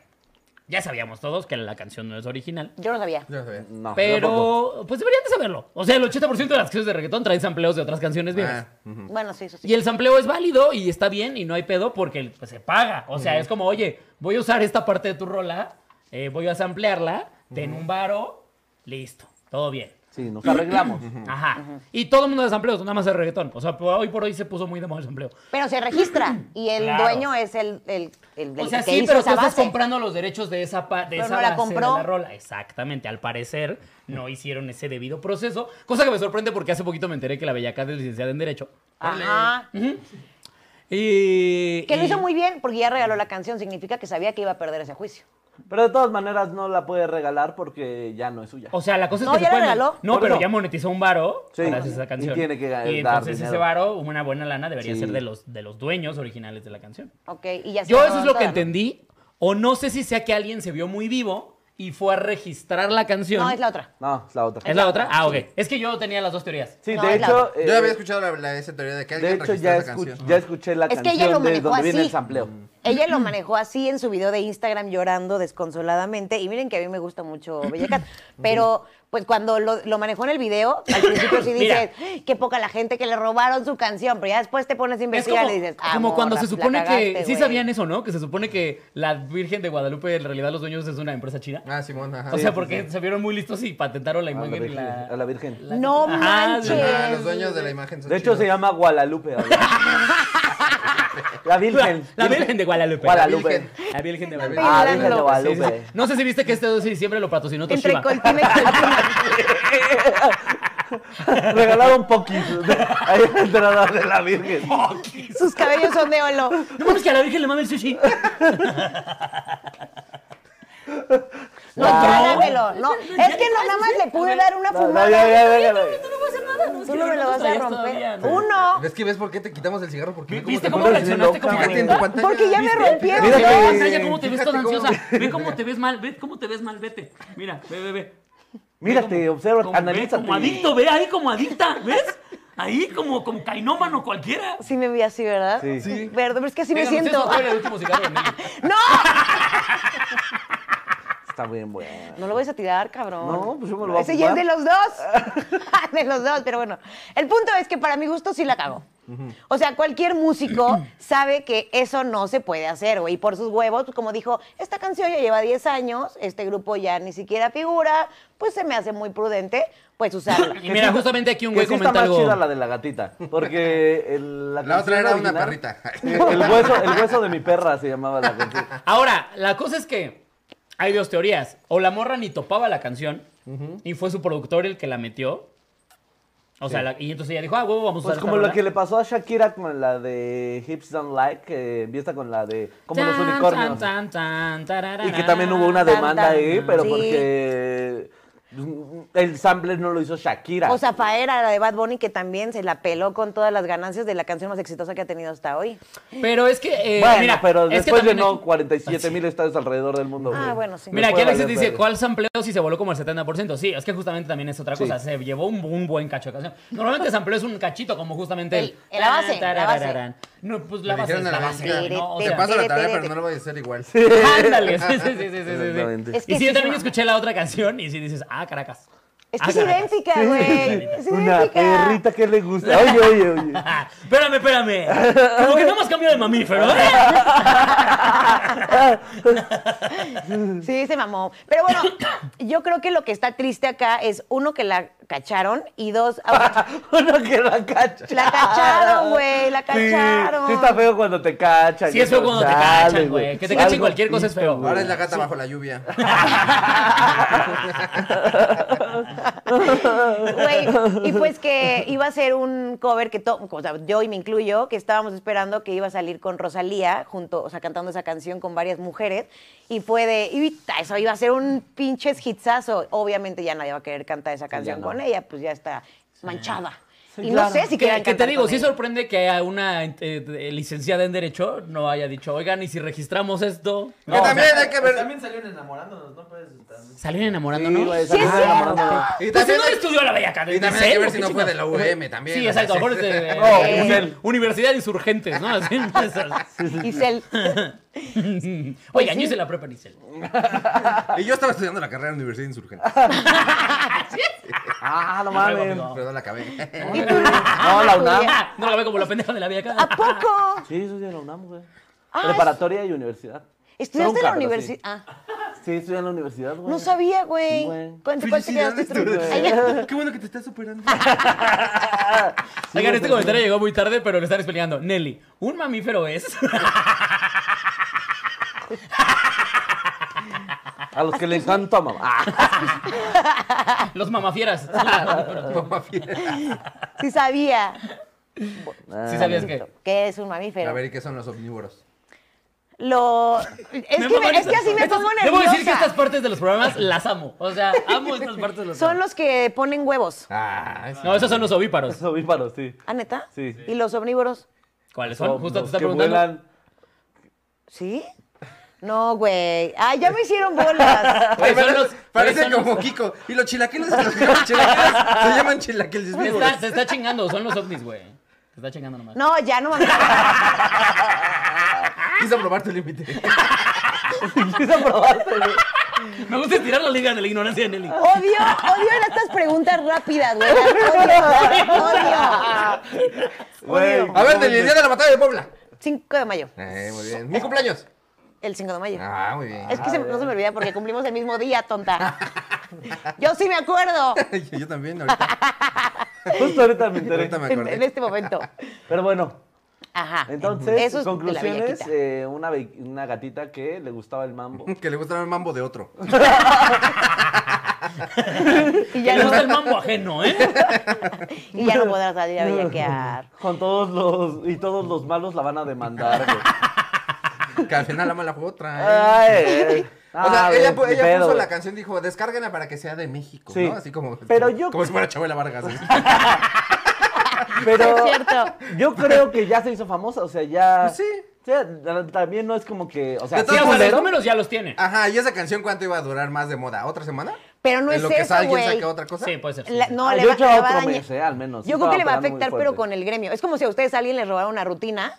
ya sabíamos todos que la canción no es original.
yo no sabía.
Ya sabía.
No, yo tampoco.
Pero, pues deberían de saberlo. O sea, el 80% de las canciones de reggaetón traen sampleos de otras canciones viejas.
Ah, ujú.
Bueno, sí, eso sí.
Y el sampleo es válido y está bien y no hay pedo porque pues, se paga. O sea, es como, oye, voy a usar esta parte de tu rola, eh, voy a samplearla, ten un varo, listo, todo bien.
Sí, nos arreglamos.
Ajá. Y todo el mundo de sampleos, nada más de reggaetón. O sea, pues, hoy por hoy se puso muy de moda el sampleo.
Pero se registra y el
Claro.
dueño es el, el, el,
O
el
sea,
que
sí,
hizo
pero tú
esa
estás
base.
comprando los derechos de esa, pa- de
Pero
esa
no la
base
compró.
de la rola. Exactamente, al parecer no hicieron ese debido proceso. Cosa que me sorprende porque hace poquito me enteré que la Bellacat es licenciada en Derecho.
Ajá.
Y,
Ah. Que lo
y-
hizo muy bien porque ya regaló la canción. Significa que sabía que iba a perder ese juicio.
Pero de todas maneras no la puede regalar porque ya no es suya.
O sea, la cosa es
No,
que se
ya la
puede-
regaló.
No,
Por
pero
eso.
ya monetizó un varo
Sí.
gracias a esa
Y
canción.
tiene que dar
Y entonces
dinero.
ese varo, una buena lana, debería
Sí.
ser de los, de los dueños originales de la canción.
Ok, y ya se
Yo
la
eso es lo que
toda, ¿no?
entendí. O no sé si sea que alguien se vio muy vivo y fue a registrar la canción.
No, es la otra.
No, es la otra.
¿Es la otra? Ah, ok. Es que yo tenía las dos teorías.
Sí,
No,
de
es la
hecho.
otra.
eh,
Yo había escuchado la, la- esa teoría de
De
que alguien
hecho,
registró
ya,
esa
escu-
canción.
ya escuché la
Es que
canción
ella lo
de
manejó
donde viene
así.
el sampleo.
Mm,
Ella lo manejó así en su video de Instagram llorando desconsoladamente. Y miren que a mí me gusta mucho Bellacat. Pero pues cuando lo, lo manejó en el video, al principio sí
Mira.
dices, "Ay, qué poca la gente que le robaron su canción. Pero ya después te pones a
Es
investigar
como,
y dices, ah,
como
morra,
cuando se
pues, la
supone que...
cagaste,
Sí
güey".
sabían eso, ¿no? Que se supone que la Virgen de Guadalupe, en realidad los dueños es una empresa china.
Ah, Simón, ajá.
o sea,
sí,
porque se vieron muy listos y patentaron la
A la
imagen y
Virgen.
la...
a la Virgen.
No
Ajá,
manches.
Ah, los dueños de la imagen son
De hecho,
chidos.
se llama Guadalupe. ¿verdad? la Virgen.
La Virgen de Guadalupe.
Guadalupe.
Virgen.
La Virgen de
Virgen.
Guadalupe.
Ah, Virgen de
Sí,
Sí, sí, sí.
Guadalupe.
No sé si viste que este 12 de diciembre lo patrocinó
Entre
Toshiba.
colpina y colpina.
Regalaron poquis. Ahí en la entrada de la Virgen.
Sus cabellos son de olo.
No mames que a la Virgen le mame el sushi.
No,
Wow.
ya dámelo. No, es ¿eh? que no, nada más le pude dar una
No, no, ya,
fumada.
ya, déjalo.
Tú no me lo vas a romper. Uno.
¿Ves que ves por qué te quitamos el cigarro? Porque ve
¿Viste
te
cómo
pones?
reaccionaste como
Fíjate en tu pantalla.
Porque ya me
¿Viste?
rompieron.
Mira
Mira
la
que-
pantalla, cómo te ves tan
fíjate cómo-
ansiosa. Ve cómo te ves mal, ve cómo te ves mal, vete. Mira, ve, ve, ve.
Mírate, observa,
Como, ve,
analízate.
como adicto, ve ahí como adicta, ¿ves? Ahí como, como cainómano cualquiera.
Sí me vi así, ¿verdad?
Sí.
Sí.
Perdón, pero es que así me
Venga, ¿ustedes
siento.
no huelen el último cigarro, Nelly?
¡No!
Está bien bueno.
No lo vais a tirar, cabrón.
No, pues yo me lo voy a
Ese ya es de
fumar.
los dos. de los dos, pero bueno. El punto es que para mi gusto sí la cago. O sea, cualquier músico sabe que eso no se puede hacer, güey. Y por sus huevos, pues, como dijo, esta canción ya lleva 10 años, este grupo ya ni siquiera figura, pues se me hace muy prudente, pues usarla.
Y mira, justamente aquí un
Que
güey
sí está
comenta
más
algo.
chida la de la gatita. Porque el- la,
La otra
canción
era una
original-
perrita.
Eh, El hueso, el hueso de mi perra se llamaba la canción.
Ahora, la cosa es que hay dos teorías. O la morra ni topaba la canción y fue su productor el que la metió. O sea, la- y entonces ella dijo, ah, huevo, vamos a
Pues
usar
como
esta
lo
rola".
que le pasó a Shakira con la de Hips Don't Like, que empieza con la de Como los
Tan,
unicornios.
tan, tan, tararara.
Y que también hubo una
Tan,
demanda
tan.
ahí, pero
Sí.
porque mm, el sample no lo hizo Shakira.
O sea, Faera, la de Bad Bunny, que también se la peló con todas las ganancias de la canción más exitosa que ha tenido hasta hoy.
Pero es que. eh,
bueno,
mira,
pero
es Ah, que
después
también
llenó
hay-
47 mil estadios alrededor del mundo.
Ah,
güey.
bueno, sí.
Me
Mira, aquí
puede
Alexis
valer
dice,
verga.
¿cuál sampleo si se voló como el 70%? Sí, es que justamente también es otra cosa. Se llevó un, un buen cacho de canción. Normalmente sampleo es un cachito, como justamente el...
El- la base,
tan,
la base.
tarararán. No, pues la
Le
base es
dijeron
la
a la
base,
vecina,
¿no? O
te
sea,
Te paso la tarea,
Espérate.
pero no lo voy a hacer igual.
Ándale, sí, sí, sí, sí, sí, sí.
Exactamente.
Es que
y sí,
sí
yo
se
también
llama.
escuché la otra canción y sí dices, ah, Caracas.
Es
Ah,
que es
Caracas.
idéntica, güey. Es
Una
idéntica.
perrita que le gusta. Oye, oye, oye.
Ah, espérame, espérame. Como que no hemos cambiado de mamífero, ¿eh?
Sí, se mamó. Pero bueno, yo creo que lo que está triste acá es, uno, que la cacharon y dos, ah,
Uno que la cacha.
la cacharon, güey, la
Sí,
cacharon.
sí está feo cuando te cachan.
Sí, es feo cuando te
Chale,
cachan, güey. Que te cachen
Algo
cualquier cosa es feo.
güey.
Ahora es la gata bajo la lluvia.
Güey, y pues que iba a ser un cover que to- o sea, yo y me incluyo, que estábamos esperando que iba a salir con Rosalía junto, o sea, cantando esa canción con varias mujeres y fue de, y eso iba a ser un pinches hitsazo. Obviamente ya nadie va a querer cantar esa canción
no.
con ella, pues ya está manchada.
Sí,
y
claro.
no sé si
Que,
quieran
que te
cantar
digo,
con
sí
ella.
sorprende que a una eh, eh, licenciada en Derecho no haya dicho, oigan, ¿y si registramos esto?
Que también hay que ver.
También salieron enamorándonos, ¿no? Puedes también.
¿Salieron
Sí,
enamorándonos?
güey, esa
Sí,
es
cosa
cierto.
enamorándonos.
Y
Pues si
también,
no
hay-
estudió la Bella
y
Academia. ¿eh?
también hay que
¿en
ver
serio?
si no
¿Qué
fue de la
chingados?
UVM también.
Sí,
o sea,
exacto.
sí.
Mejor es de-
No,
de-
pues él.
Universidad de Insurgentes, ¿no? Así Pues empiezas.
Giselle.
Oigan,
sí.
yo hice la prepa en Isel.
Y yo estaba estudiando la carrera en la Universidad Insurgente.
Ah, no
Luego,
mames.
amigo.
Pero no la acabé.
¿Y tú? Ah,
No, la UNAM.
Ah, No la veo como la pendeja de la Bella
¿A
Academia.
poco?
Sí, soy de la UNAM, güey.
Ah,
Preparatoria y universidad.
¿Estudiaste en la
Trunca, pero
universidad? Ah,
Sí. Sí, estudié en la universidad, güey.
no sabía, güey.
Sí, güey.
¿Cuánto cuánto te quedaste tú? Ay, ya.
Qué bueno que te estás superando.
Oigan, este comentario llegó muy tarde, pero lo están explicando. Nelly, ¿un mamífero es?
A los que les encanta, mamá. Ah,
Los mamafieras.
Mamá fiel.
Sí sabía.
¿Sí sabías que?
¿Qué es un
A
mamífero?
ver, ¿y qué son los omnívoros?
Lo... Es,
Me
que,
maman
me- es que
estas-
así me
estas-
pongo
Debo decir que estas
nerviosa.
partes de los programas las amo. O sea, amo estas partes de los
Son
programas.
los que ponen huevos.
Ah, es-
No, esos son los ovíparos.
esos ovíparos, sí.
¿Ah, neta?
Sí. Sí.
¿Y los omnívoros?
¿Cuáles son? Justo te
los
está
que
preguntando.
vuelan.
¿Sí? No, güey. Ah, ya me hicieron bolas.
Güey, son
parece
los-
parece
güey, son
como
los-
Kiko. Y los chilaquiles, los que llaman chilaquiles, se llaman chilaquiles
Se
vivos.
está, se está chingando, son los ovnis, güey. Se está chingando nomás.
No, ya no mames.
Quise probar tu límite.
Quise probarte, güey.
Me gusta estirar la liga de la ignorancia de Nelly.
Odio, odio estas preguntas rápidas, güey. Las Odio, las odio.
Güey,
A ver, del día de la batalla de Puebla.
5 de mayo.
Eh, muy bien. Mi cumpleaños.
El 5 de mayo.
Ah, muy bien.
Es que se- no se me olvida porque cumplimos el mismo día, tonta. Yo sí me acuerdo
Yo también, ahorita,
Justo ahorita me enteré.
ahorita me
en, en
acordé.
este momento.
Pero bueno,
Ajá.
entonces,
Eso es de la
conclusiones,
bellaquita.
eh, una, ve- una gatita que le gustaba el mambo.
Que le gustaba el mambo de otro.
eh.
Y
Ya
ya
no está el
no,
mambo ajeno, ¿eh?
y ya no podrás salir a bellaquear.
Con todos los, y todos los malos la van a demandar, güey.
Que al final ama la fue otra. ¿eh?
Ay, eh.
o sea,
Ah,
ella,
güey,
pu-
ni
ella
pedo,
puso
güey.
la canción, dijo, descárguenla para que sea de México,
Sí.
¿no? Así como,
Pero yo-
como si fuera Chabela Vargas. así.
Pero
Es cierto.
yo creo que ya se hizo famosa, o sea, ya...
Pues sí.
O sea, ta- también no es como que, o sea,
De
sí,
Sí, o sea, los
culero.
números ya los tiene.
Ajá, ¿y esa canción cuánto iba a durar más de moda? ¿Otra semana?
Pero no
¿En
es
lo que
eso,
alguien
güey.
saca otra cosa?
Sí, puede ser. sí,
La-
sí.
no,
Ah,
le
yo
va,
creo
le va a
otro
dañar.
mes, eh, al menos.
Yo
Sí,
creo que
estaba
le va a
pegando muy
afectar,
fuerte.
pero con el gremio. Es como si a ustedes a alguien les robara una rutina.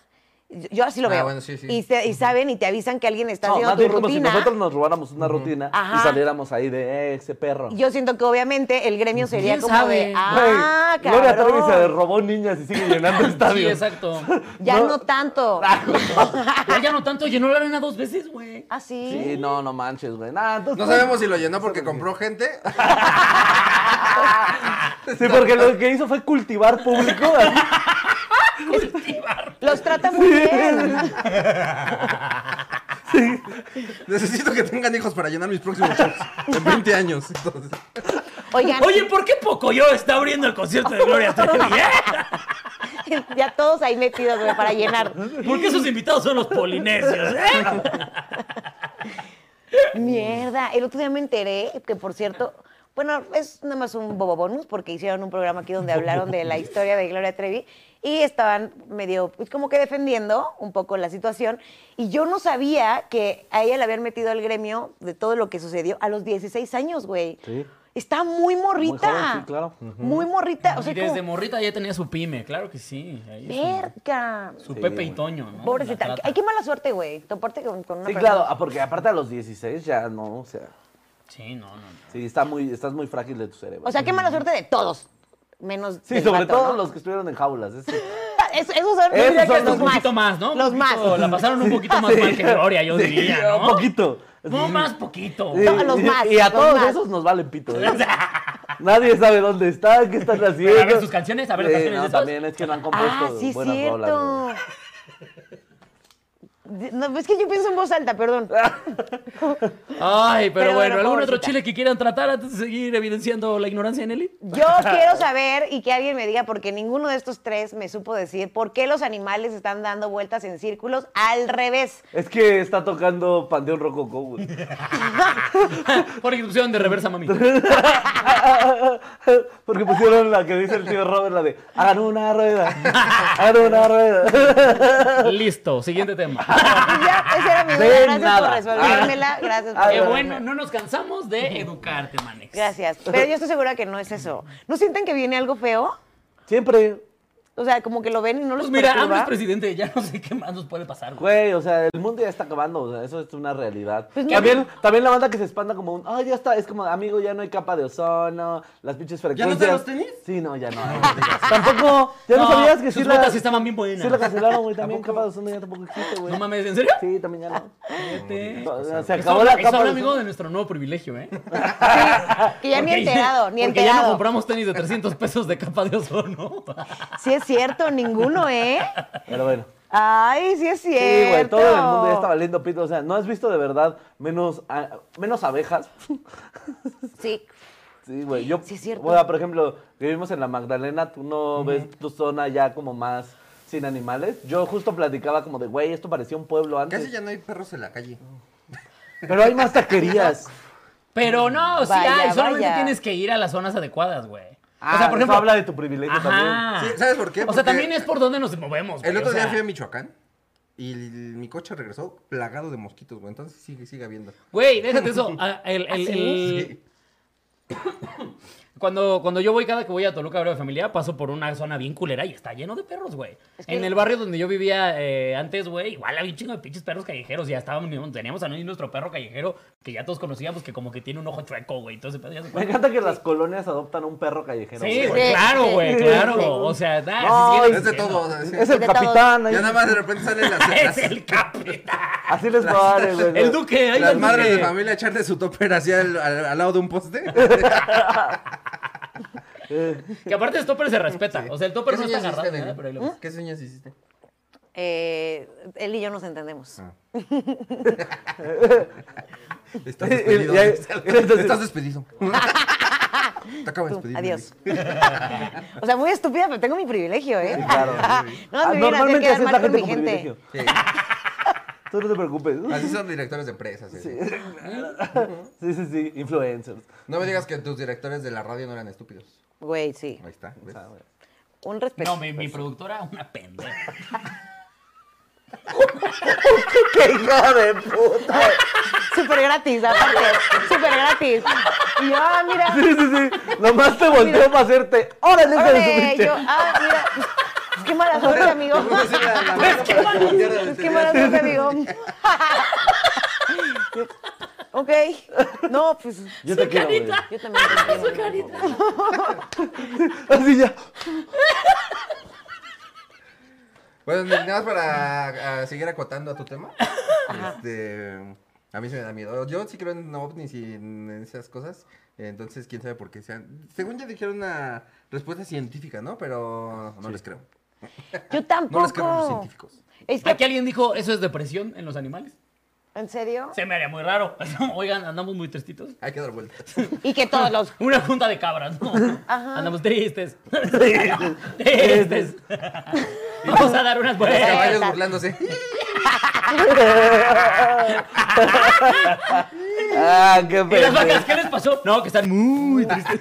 Yo yo así lo
Ah,
veo.
bueno, sí, sí.
Y, se- y saben y te avisan que alguien está
No, más
haciendo tu
bien como si
rutina.
nosotros nos robáramos una rutina y
Ajá.
saliéramos ahí de "Eh, ese perro.
Yo siento que obviamente el gremio sería
¿Quién
como
sabe?
de,
Güey,
ah,
Gloria Trevi se
cabrón.
robó niñas y sigue llenando
Sí,
estadios.
exacto.
Ya
No. Ah,
no, tanto.
Pero ya no tanto, llenó la arena dos veces, güey.
¿Ah, sí?
Sí, no, no manches, güey. Nah, entonces-
No sabemos si lo llenó porque compró gente.
Sí, porque lo que hizo fue cultivar público.
Los trata muy bien.
Necesito que tengan hijos para llenar mis próximos shows. En 20 años. Entonces,
Oigan,
Oye, ¿por qué Pocoyo está abriendo el concierto de Gloria Trevi, eh?
ya todos ahí metidos, güey, para llenar.
¿Por qué sus invitados son los polinesios, eh?
Mierda, el otro día me enteré que, por cierto, bueno, es nada más un bobo bonus porque hicieron un programa aquí donde hablaron de la historia de Gloria Trevi y estaban medio, pues como que defendiendo un poco la situación y yo no sabía que a ella le habían metido al gremio de todo lo que sucedió a los 16 años, güey.
Sí.
Está muy morrita.
Muy joven, sí, claro. Ujú.
Muy morrita. O sea,
Y desde
como,
morrita ya tenía su pyme, claro que sí. ahí su-
verga.
Su Pepe y Toño, ¿no? La
Pobrecita.
trata.
Ay, qué mala suerte, güey. Toparte con, con una
Sí,
persona.
claro, ah, porque aparte a los 16 ya no, o sea,
Sí, no, no. no.
sí, está muy, estás muy frágil de tu cerebro.
O sea, qué mala suerte de todos. Menos
sí,
del
sobre
vato,
todo
¿no? Ah,
los que estuvieron en jaulas. ese-
Es- esos son,
Esos
diría que
son
Un
los
más.
poquito más, ¿no? Un
Los
poquito-
más.
La pasaron un poquito más mal que Gloria, yo
Sí,
diría, ¿no?
Un poquito.
No, más poquito.
Sí,
No, los
y-
más,
Y a
los
todos
más.
esos nos valen pito. ¿eh? Nadie sabe dónde están, qué están haciendo.
a ver sus canciones, a ver las
Sí,
canciones
no,
de esos.
también es que no han compuesto
Ah, sí,
buenas rolas. güey.
cierto. No, es que yo pienso en voz alta, perdón.
Ay, pero,
Pero
bueno,
bueno,
¿algún otro
pobrecita.
chile que quieran tratar antes de seguir evidenciando la ignorancia en Eli?
Yo quiero saber y que alguien me diga, porque ninguno de estos tres me supo decir por qué los animales están dando vueltas en círculos al revés.
Es que está tocando Panteón Rococó, güey.
Porque pusieron de reversa, mami.
Porque pusieron la que dice el tío Robert, la de hagan una rueda, hagan una rueda.
Listo, siguiente tema.
Y ya, esa era mi duda.
De
Gracias por
nada.
resolvérmela. Gracias por
Ah,
Qué
bueno.
bueno, no nos cansamos de educarte, Manex.
Gracias. Pero yo estoy segura que no es eso. ¿No sienten que viene algo feo?
Siempre,
O sea, como que lo ven y no los
Pues mira, AMLO es
perturba.
presidente, ya no sé qué más nos puede pasar. güey.
güey, o sea, el mundo ya está acabando, o sea, eso es una realidad.
Pues no.
también, también la banda que se espanta como un, ay, ya está, es como, amigo, ya no hay capa de ozono, las pinches
te
frecuencias.
los tenis?
Sí, no, ya no. ay, no digas. tampoco, ya no, sabías que
sus
sí
botas
la,
estaban bien buenas.
sí la cancelaron, güey, también capa de ozono ya tampoco existe, güey.
No mames, ¿en serio?
Sí, también ya no.
Fíjate.
O sea, Se
Eso
acabó
habla-
la
eso
capa
habla,
de
amigo,
ozono.
de nuestro nuevo privilegio, ¿eh?
Que ya ni
Porque
enterado, ni
porque ya no
enterado.
compramos tenis de 300 pesos de capa de ozono.
Sí es cierto, ninguno, ¿eh?
Pero bueno.
Ay, sí es cierto.
Sí, güey, todo el mundo ya está valiendo pito. O sea, ¿no has visto de verdad menos, a- menos abejas?
Sí.
Sí, güey. Yo,
Sí, es cierto.
o sea, por ejemplo, vivimos en la Magdalena, tú no ves tu zona ya como más sin animales. Yo justo platicaba como de, güey, esto parecía un pueblo antes.
Casi ya no hay perros en la calle.
Pero hay más taquerías.
Pero no, sí
Vaya,
hay, solamente
vaya.
tienes que ir a las zonas adecuadas, güey.
Ah, eso habla de tu privilegio también.
Ajá.
Sí, ¿sabes por qué?
O sea,
Porque
también es por donde nos movemos.
El
güey,
otro
o
día
sea,
fui a Michoacán y el- mi coche regresó plagado de mosquitos, güey. Entonces sigue, sigue habiendo.
Güey, déjate eso. Ah, el- el- el-
Sí.
Cuando, cuando yo voy, cada que voy a Toluca a ver a mi familia, paso por una zona bien culera y está lleno de perros, güey. En el barrio donde yo vivía eh, antes, güey, igual había un chingo de pinches perros callejeros. Ya estábamos, teníamos a nuestro perro callejero que ya todos conocíamos que como que tiene un ojo chueco, güey. Entonces, pues, ya se-
Me encanta que las colonias adoptan a un perro callejero.
Sí,
güey.
güey, claro, güey,
sí,
claro.
sí.
O sea, da,
No,
sí, sí,
Es de
entiendo.
todo. o sea, sí.
Es el
De todos.
capitán. ahí-
Ya nada más de repente salen las,
Es
las,
el capitán.
Así les va a dar, güey.
El duque, ahí va
las
el
madres
duque.
de familia echar de su topper hacia el- al, al lado de un poste.
Que aparte el topper se respeta. O sea, el topper no está agarrado. ¿verdad? Pero ahí lo ves.
¿Qué sueños hiciste?
Eh, él y yo nos entendemos.
Ah,
Estás
Y- y-
despedido.
y ahí-
Estás estás despedido. Te acabo de
Tú,
despedir.
adiós. o sea, muy estúpida, pero tengo mi privilegio, ¿eh?
Claro. Ah,
No, me vienen a hacer
Normalmente
quedar
así es la
mal con
gente con
mi gente.
privilegio.
Nelly.
Tú no te preocupes.
Sí, Así son directores de empresas. eh.
Sí, sí, sí. Influencers.
No me digas que tus directores de la radio no eran estúpidos.
Güey, sí.
Ahí está. ¿ves?
Ah,
Un respeto.
No, mi, mi productora, una pendeja.
¡Qué hijo de puta!
Súper gratis, aparte. Súper gratis. Y yo, ah, mira.
Sí, sí, sí. Nomás te volteo para hacerte. ¡Órale, hija de su
¡Ole!
pinche!
Yo, ah, mira. Pues qué mala suerte, amigo.
Vamos a hacer la- la mano para que volteara de
Pues qué
este
mala
lado.
suerte, amigo. ok. No, pues.
Yo te quiero, güey.
Yo también. te quiero.
Así ya.
Bueno, Nelly, nada más para a, seguir acotando a tu tema. Este, a mí se me da miedo. Yo sí creo en ovnis y en esas cosas. Entonces, quién sabe por qué sean. Según ya dijeron una respuesta científica, ¿no? Pero no les creo.
Yo
No les creo a los
tampoco.
científicos.
Es
Aquí
que,
alguien dijo, ¿eso es depresión en los animales?
¿En serio?
Se me haría muy raro. Oigan, andamos muy tristitos.
Hay que dar vueltas.
Y que todos los.
Una junta de cabras, ¿no? Andamos tristes. tristes.
Tristes.
Vamos a dar unas vueltas.
Caballos
Vueltas.
burlándose.
¡Ah, qué
¿Y las vacas
pendejo!
qué les pasó? No, que están muy tristes.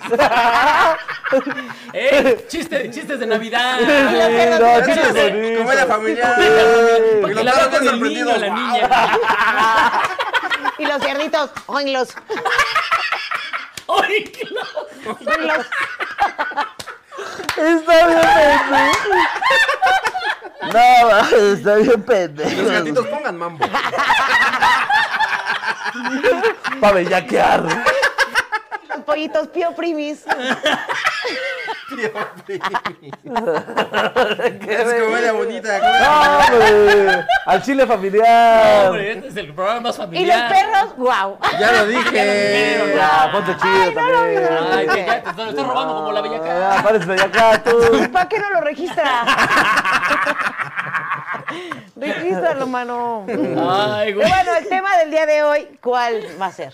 ¡Eh! Chiste, chistes de Navidad.
No,
Así
chistes
es,
bonitos.
Como la familia.
Porque
Y los
la
padres
va con
bien
el niño,
sorprendidos.
la
¡Wow!
niña.
Y los cerditos. Oinlos.
¡Ay, claro!
Oinlos.
Está bien pendejo. No, va, está bien pendejo.
Los gatitos pongan mambo.
Pa' bellaquear.
Los pollitos pio primis.
Tío, primi. es comedia bonita. comedia-
¡Hombre! Al chile familiar.
Hombre, este es el programa más
Em, Y los
familiar.
perros. ¡Wow!
Ya lo
dijeron,
dije.
Ya, ponte chido también.
Ay, que ya, te estoy, estoy robando como la bellaca.
Ah, Párese de acá, tú.
¿Para qué no lo registra? Regístralo, mano.
Ay, güey.
Bueno, el tema del día de hoy, ¿cuál va a ser?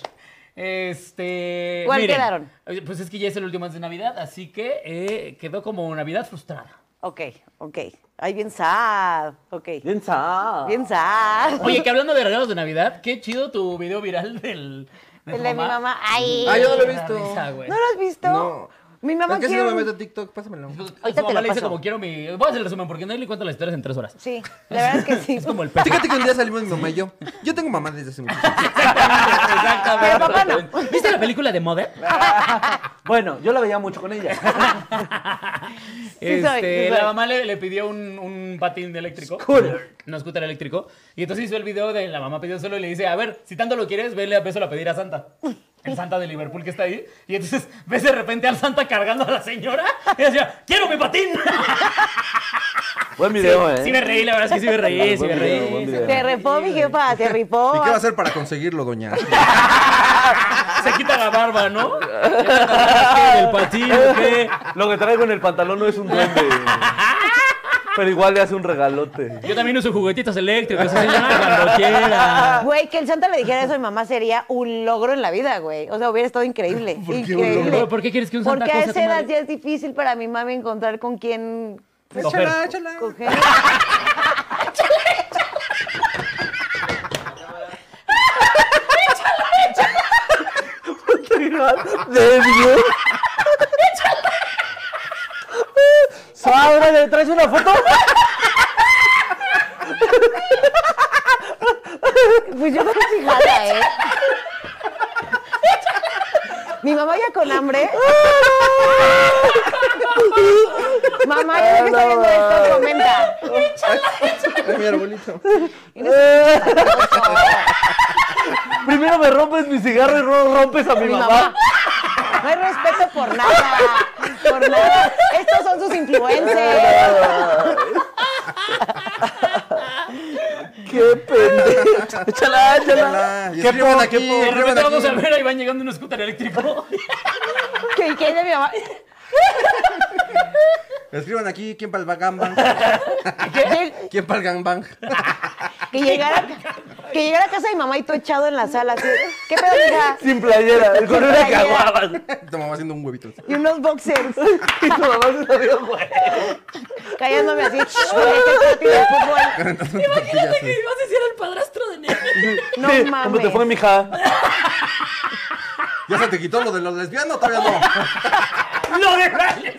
Este.
¿Cuál
miren,
quedaron?
eh, Pues es que ya es el último antes de Navidad, así que eh, quedó como Navidad frustrada.
Ok, ok. Ay, bien sad. Ok.
Bien sad.
Bien sad.
Oye, que hablando de regalos de Navidad, qué chido tu video viral del.
El de mi mamá. Ay.
Ah, yo no lo he
Me da
visto.
risa, güey.
¿No lo has visto?
No.
Mi mamá
es que si
quiere.
no me
un-
meto a TikTok, pásamelo.
Su- su
Ahorita te
pues, mamá
lo
le dice
paso.
como quiero mi. Voy a hacer el resumen porque nadie le cuenta las historias en tres horas.
Sí, la verdad es que sí.
Es como el perro.
Fíjate que un día salimos mi mamá y yo. Yo tengo mamá desde hace mucho tiempo.
Pero papá no.
¿Viste la película de Mother?
Bueno, yo la veía mucho con ella.
Sí soy,
Este,
sí soy.
la mamá le, le pidió un, un patín de eléctrico. No scooter eléctrico. Y entonces hizo el video de la mamá pidió solo y le dice, a ver, si tanto lo quieres, vele a peso a pedir a Santa. El Santa de Liverpool que está ahí. Y entonces ves de repente al Santa cargando a la señora. Y decía, quiero mi patín.
Buen video, ¿eh?
Sí me reí, la verdad es que sí me reí, sí me
Buen video, buen
reí.
video.
Se rifó mi jefa, se rifó.
¿Y qué va a hacer para conseguirlo, doña?
Se quita la barba, ¿no? El patín, ¿o ¿qué?
Lo que traigo en el pantalón no es un duende. Pero igual le hace un regalote.
Yo también uso juguetitos eléctricos, señora, cuando quiera.
Güey, que el Santa le dijera eso a mi mamá sería un logro en la vida, güey. O sea, hubiera estado increíble.
¿Por qué un
increíble.
logro? ¿Por qué quieres que un Santa
Porque a
cosa
esa
tu
edad
madre?
ya es difícil para mi mamá encontrar con quién
Coger.
échala, échala.
coger.
¡De Dios! ¡Sabre, le traes una foto!
Pues yo creo que sí jala, ¿eh? Mi mamá ya con hambre. mamá, ya que está viendo esto, comenta.
Ay, mi arbolito.
Primero me rompes mi cigarro y luego rompes a mi,
Mi
mamá.
mamá. No hay respeto por nada. Por nada. Estos son sus influencers.
¡Qué pendejo! ¡Échala, échala!
Échala. Y escriban aquí,
De
escriban
repente vamos
aquí.
a ver, ahí van llegando un scooter eléctrico.
Que que ella mi mamá.
Escriban aquí, ¿quién para el gangbang?
Que,
¿Quién para el gangbang?
que llegara, que llegara a casa de mi mamá y tú echado en la sala. Así, ¿Qué pedo, hija?
Sin playera, con una
playera.
caguaba.
Tu mamá haciendo un huevito.
Y unos boxers.
Y tu mamá se lo dio, güey.
Callándome así. "Shh, güey, este es partido de fútbol.
Imagínate que ibas a ser el padrastro de Nene.
No
Sí,
mames.
¿Cómo te fue, mija?
¿Ya se te quitó lo de los lesbianos? Todavía no.
¡No dejarles!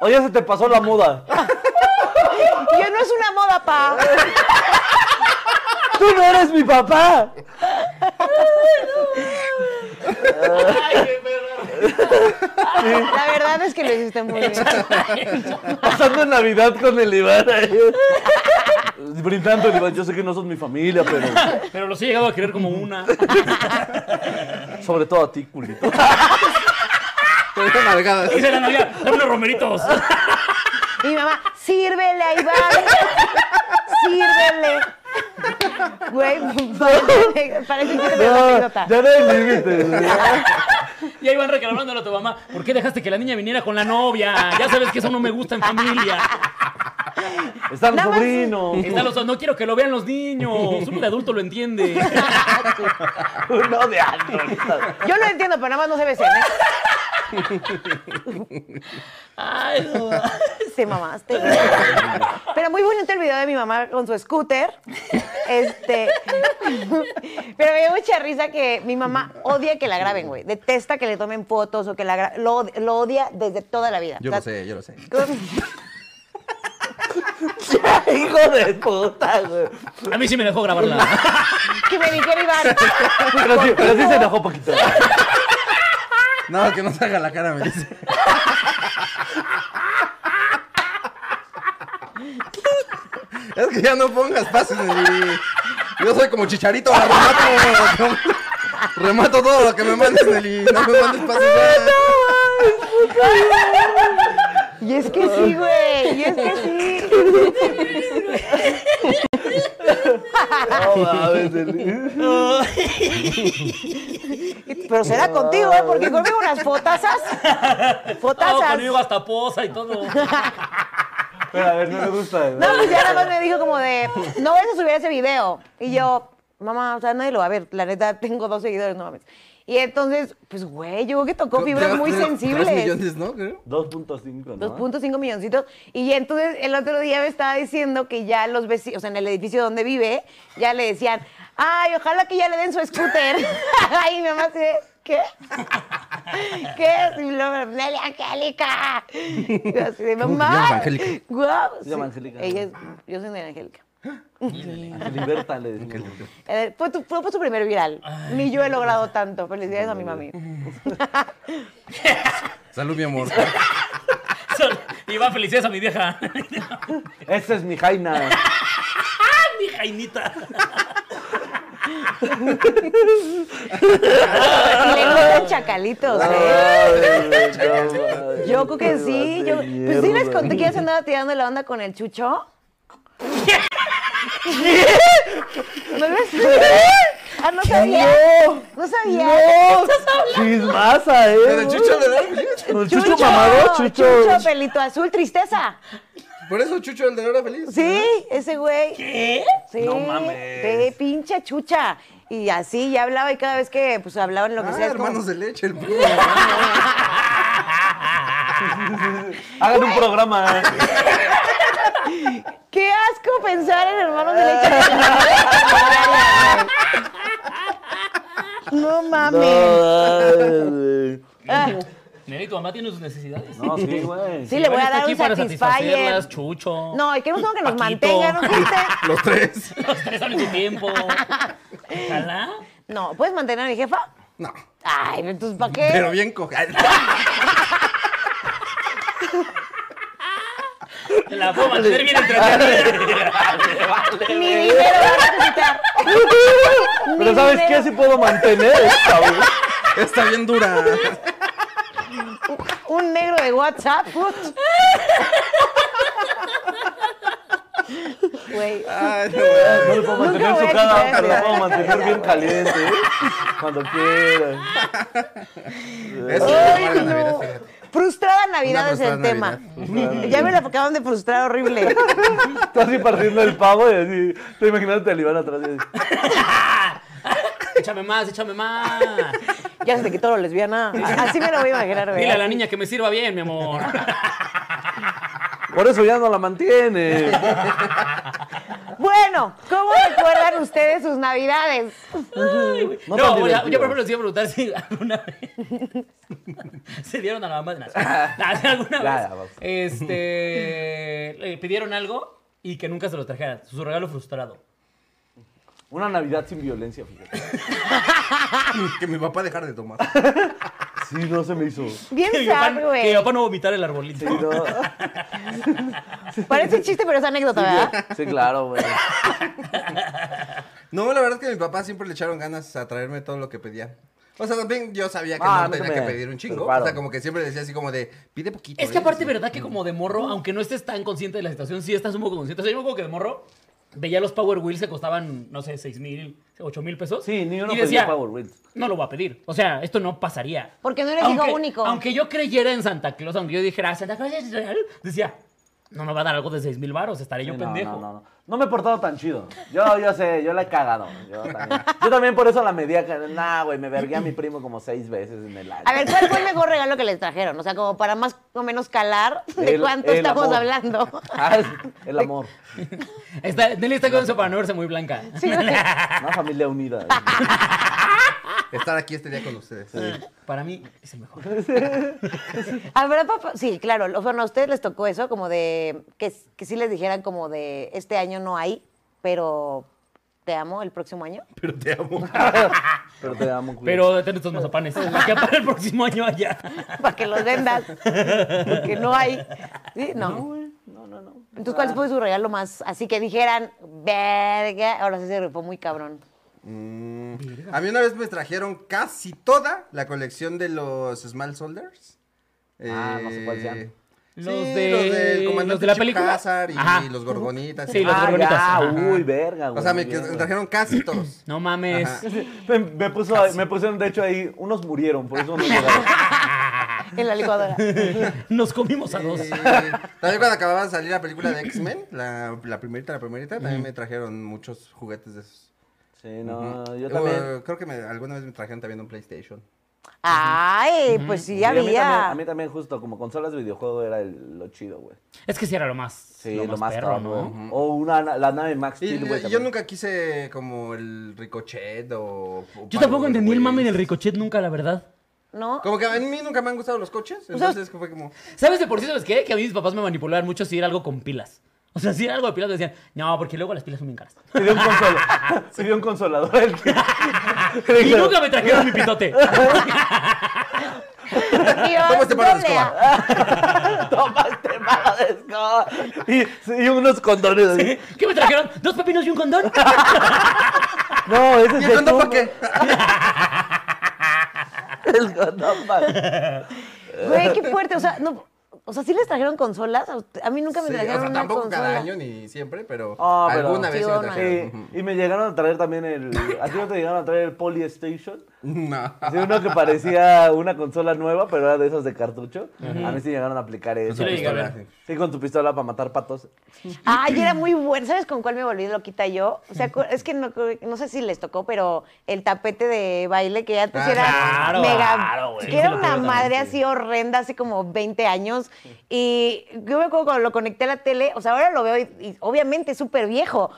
O ya se te pasó la moda.
Yo no es una moda, pa.
¡Tú no eres mi papá!
¡Ay, qué perra!
La verdad es que lo hiciste muy bien.
Pasando Navidad con el Iván. ahí. Brindando el Iván. Yo sé que no sos mi familia, pero
Pero los he llegado a querer como una.
sobre todo a ti, culito.
Te dejan nalgadas.
Dice la Navidad, dame unos romeritos.
Mi mamá, sírvele a Iván. Sírvele. Güey, parece- parece que es una
No,
anécdota.
ya no hay límites.
Y ahí van reclamándole a tu mamá, ¿por qué dejaste que la niña viniera con la novia? Ya sabes que eso no me gusta en familia.
Está mi
Nada más-
sobrino.
Están los- no quiero que lo vean los niños. Uno de adulto lo entiende.
Uno de alto.
Yo lo entiendo, pero nada más no se besen. ¿eh?
Ay, no.
Se mamaste. güey. Pero muy bonito el video de mi mamá con su scooter. Este. Pero me dio mucha risa que mi mamá odia que la graben, güey. Detesta que le tomen fotos o que la graben. Lo, od- lo odia desde toda la vida.
Yo
O sea,
lo sé, yo lo sé.
Hijo de puta, güey.
A mí sí me dejó grabarla.
Que me dijera Iván.
Pero sí, pero sí se enojó poquito.
No, que no se haga la cara, me dice. Es que ya no pongas pases en mi... Yo soy como chicharito, la remato, remato todo lo que me mandes, Nelly. No me mandes pases. ya.
Y es que sí, güey. Y es que sí.
No mames, Eli.
Pero será contigo, ¿eh? Porque conmigo unas fotazas.
Ah,
Fotazas.
conmigo hasta posa y todo.
Pero a ver, no me gusta.
No, pues ya nada más me dijo como de, no vayas a subir ese video. Y yo, mamá, o sea, nadie lo va a ver. La neta, tengo dos seguidores, no mames. Y entonces, pues, güey, yo creo que tocó fibras muy
Tres- tres
sensibles.
millones, ¿no? Creo.
2.5, ¿no?
2.5 milloncitos. Y entonces el otro día me estaba diciendo que ya los vecinos, o sea, en el edificio donde vive, ya le decían, ay, ojalá que ya le den su scooter. ay, mi mamá así de, ¿qué? ¿Qué? Y luego, Nelly Angélica. Y yo así
¿Cómo se
de,
llama
mamá.
Angélica?
Guau.
Se llama Angélica.
Ella es, yo soy Nelly Angélica.
Angeliberta le decimos.
A ver, Fue tu, fue su primer viral. Ni yo he logrado tanto. Felicidades a mi mami.
Salud, mi amor.
Iba felicidades a mi vieja.
Esa es mi Jaina.
mi jainita.
Le gustan chacalitos, ¿eh? Yo creo que
Ay,
sí.
vas
Yo,
de
pues sí les
mierda.
conté que ya se andaba tirando la onda con el chucho. ¿No les Ah, no sabía. No sabía.
Chismaza, eh.
Pero el Chucho le da
¿Con el chucho mamado, chucho.
Chucho, pelito azul, tristeza.
Por eso Chucho el de la hora feliz.
Sí, ese güey. ¿Qué? Sí.
No mames.
De pinche chucha. Y así ya hablaba y cada vez que pues hablaban lo que
Ah,
sea. es como-
hermanos de leche, el primo.
Hagan un programa.
Qué asco pensar en hermanos de leche. no mames.
Ay,
Ah,
Nene, tu mamá tiene sus necesidades.
No, sí, güey.
sí, le voy a
Está
dar
aquí
un
para
satisfyer.
satisfacerlas, Chucho.
No, y queremos uno que nos
Paquito.
mantenga, ¿no fuiste?
Los tres.
Los tres al mismo tiempo. Ojalá.
No, ¿puedes mantener a mi jefa?
No.
Ay, entonces, ¿para qué?
Pero bien coja.
La puedo mantener bien entretenida.
Mi dinero va a necesitar. Mi
Pero ¿sabes qué?
dinero.
Sí puedo mantener esta, güey.
Está bien dura.
Un negro de WhatsApp. put. Güey.
Ay, no, güey.
No le puedo
Nunca
mantener
voy a
su cara,
quitar
pero la puedo
esa.
mantener bien caliente, ¿eh? Cuando quiera.
Eso
Ay,
es la
no.
Navidad, fíjate.
Frustrada Navidad
Una
es el
frustrada
tema.
Navidad.
Ya me la acaban de frustrar horrible.
Tú así partiendo el pavo y así. Te imaginas a Iván atrás y así.
Échame más, échame más.
Ya se te quitó lo lesbiana. Así me lo voy a imaginar,
Dile a la
¿verdad?
niña que me sirva bien, mi amor.
Por eso ya no la mantiene.
Bueno, ¿cómo recuerdan ustedes sus navidades?
No tan
No, bueno,
divertido.
yo por ejemplo les iba a preguntar si alguna vez se dieron a la mamá de Nacho. No, si alguna
Ya,
vez
ya, vamos.
este, le pidieron algo y que nunca se los trajeran. Su regalo frustrado.
Una Navidad sin violencia, fíjate.
Que mi papá dejara de tomar.
Sí, no se me hizo.
Bien
Que mi papá-
sad,
que mi
güey.
papá no vomitar el arbolito.
Sí, no.
Parece chiste, pero es anécdota, ¿verdad?
Sí, claro, güey.
No, la verdad es que mi papá siempre le echaron ganas a traerme todo lo que pedía. O sea, también yo sabía que
Ah,
no
no te
tenía que
me-
pedir un chingo.
pero claro.
O sea, como que siempre decía así como de, pide poquito.
Es que
¿eh?
aparte, ¿verdad que como de morro, aunque no estés tan consciente de la situación, sí estás un poco consciente? O sea, yo me acuerdo que de morro veía los Power Wheels que costaban, no sé, 6 mil, 8 mil pesos.
Sí, ni uno
y
pedía
decía,
Power Wheels.
No lo voy a pedir. O sea, esto no pasaría.
Porque no eres hijo único.
Aunque yo creyera en Santa Claus, aunque yo dijera, Santa Claus es real, decía, no me va a dar algo de 6 mil varos, estaré yo
Sí, no,
pendejo.
No, no, no. No me he portado tan chido. Yo, yo sé, yo la he cagado. Yo también, yo también por eso la medía. que- Nah, güey, me vergué a mi primo como seis veces en el año.
A ver, ¿cuál fue el mejor regalo que les trajeron? O sea, como para más o menos calar de
El-
cuánto
el
estamos
amor.
hablando.
Ah, es el amor.
Está, Nelly está con eso para no verse muy blanca.
Sí, güey.
Una familia unida.
Estar aquí este día con ustedes.
Ah. Para mí es el mejor.
¿Habrá papá? Sí, claro. lo- Bueno, a ustedes les tocó eso, como de. Que, que sí les dijeran, como de. Este año no hay, pero. Te amo el próximo año.
Pero te amo.
Pero te amo, culo.
Pero detén estos mazapanes. Que para el próximo año allá.
Para que los vendas. Porque no hay. Sí, no.
No, no, no.
Entonces, ¿cuál fue su regalo más? Así que dijeran, verga. Ahora sí se rifó muy cabrón.
Mm, a mí una vez me trajeron casi toda la colección de los Small Soldiers. Eh,
Ah, no sé cuáles sean.
Los,
Los
de,
de-
los del comandante
los de la
Chip
película.
Hazard y
Ajá.
los gorgonitas.
Sí,
y-
los
Ah,
gorgonitas.
ya,
Ajá.
uy, verga, güey.
o sea, me,
bien,
que-
güey.
trajeron casi todos.
No mames.
Ajá.
Me, me puso, me pusieron, de hecho, ahí, unos murieron, por eso no llegaron.
en la licuadora.
Nos comimos a dos.
Y también cuando acababa de salir la película de X-Men, la, la primerita, la primerita, también me trajeron muchos juguetes de esos.
Sí, no,
Ujú.
Ah, yo
Eh,
también.
creo que me- alguna vez me trajeron también un PlayStation.
Ay, pues sí,
Sí, a mí también-
había.
A mí también, justo, como consolas de videojuego era el- lo chido, güey.
Es que sí era lo más.
Sí, lo, más,
perro,
cabrón,
¿no?
güey. O una, la nave Max
Y,
Steel,
y-
güey.
yo
también.
nunca quise como el ricochet o... o
Yo tampoco
Power
entendí el mame
Wheels.
del ricochet nunca, la verdad.
¿No?
Como que a mí nunca me han gustado los coches, entonces fue como...
¿Sabes de por sí, sabes qué? Que a mí mis papás me manipulaban mucho si era algo con pilas. O sea, si era algo de pilas, me decían, no, porque luego las pilas son bien caras.
Se dio un consolador. Se dio un consolador. el que- le
Y
dijo,
nunca me trajeron mi pitote.
¿Cómo
Dios,
te paras,
doble A.
Toma este malo de escoba". Y, y unos condones. así.
¿Qué me trajeron? ¿Dos pepinos y un condón?
No, ese es
¿Y el condón
tú,
para qué?
El condón pa-
Güey, qué fuerte. O sea, no, o sea, sí les trajeron consolas. A usted- A mí nunca me
Sí, o
trajeron
sea,
una
tampoco
consola.
cada año ni siempre, pero
Ah, pero-
alguna vez
Sí,
sí me
una.
trajeron. Ujú.
Sí, y me llegaron a traer también el. ¿A ti no te llegaron a traer el Polystation?
No.
Sí, uno que parecía una consola nueva, pero era de esos de cartucho. A mí sí llegaron a aplicar eso.
Sí, le llegué a ver.
Sí, con tu pistola para matar patos.
Ay, era muy bueno. ¿Sabes con cuál me volví loquita yo? O sea, cu- es que no, no sé si les tocó, pero el tapete de baile que antes
Ah,
era
claro,
mega.
claro, güey.
que
Sí,
era
sí lo
una
tuve
madre así horrenda hace como 20 años. Y yo me acuerdo cuando lo conecté a la tele, o sea, ahora lo veo y, y obviamente es súper viejo,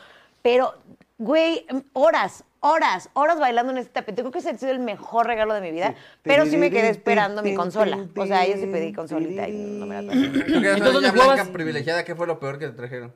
pero, güey, horas. Horas, horas bailando en este tapete. Creo que ese ha sido el mejor regalo de mi vida. Pero sí me quedé esperando mi consola. O sea, yo sí pedí consolita y no me la trajeron.
Tú que eres
Entonces,
una niña
¿me jugabas?
blanca privilegiada, ¿qué fue lo peor que te trajeron?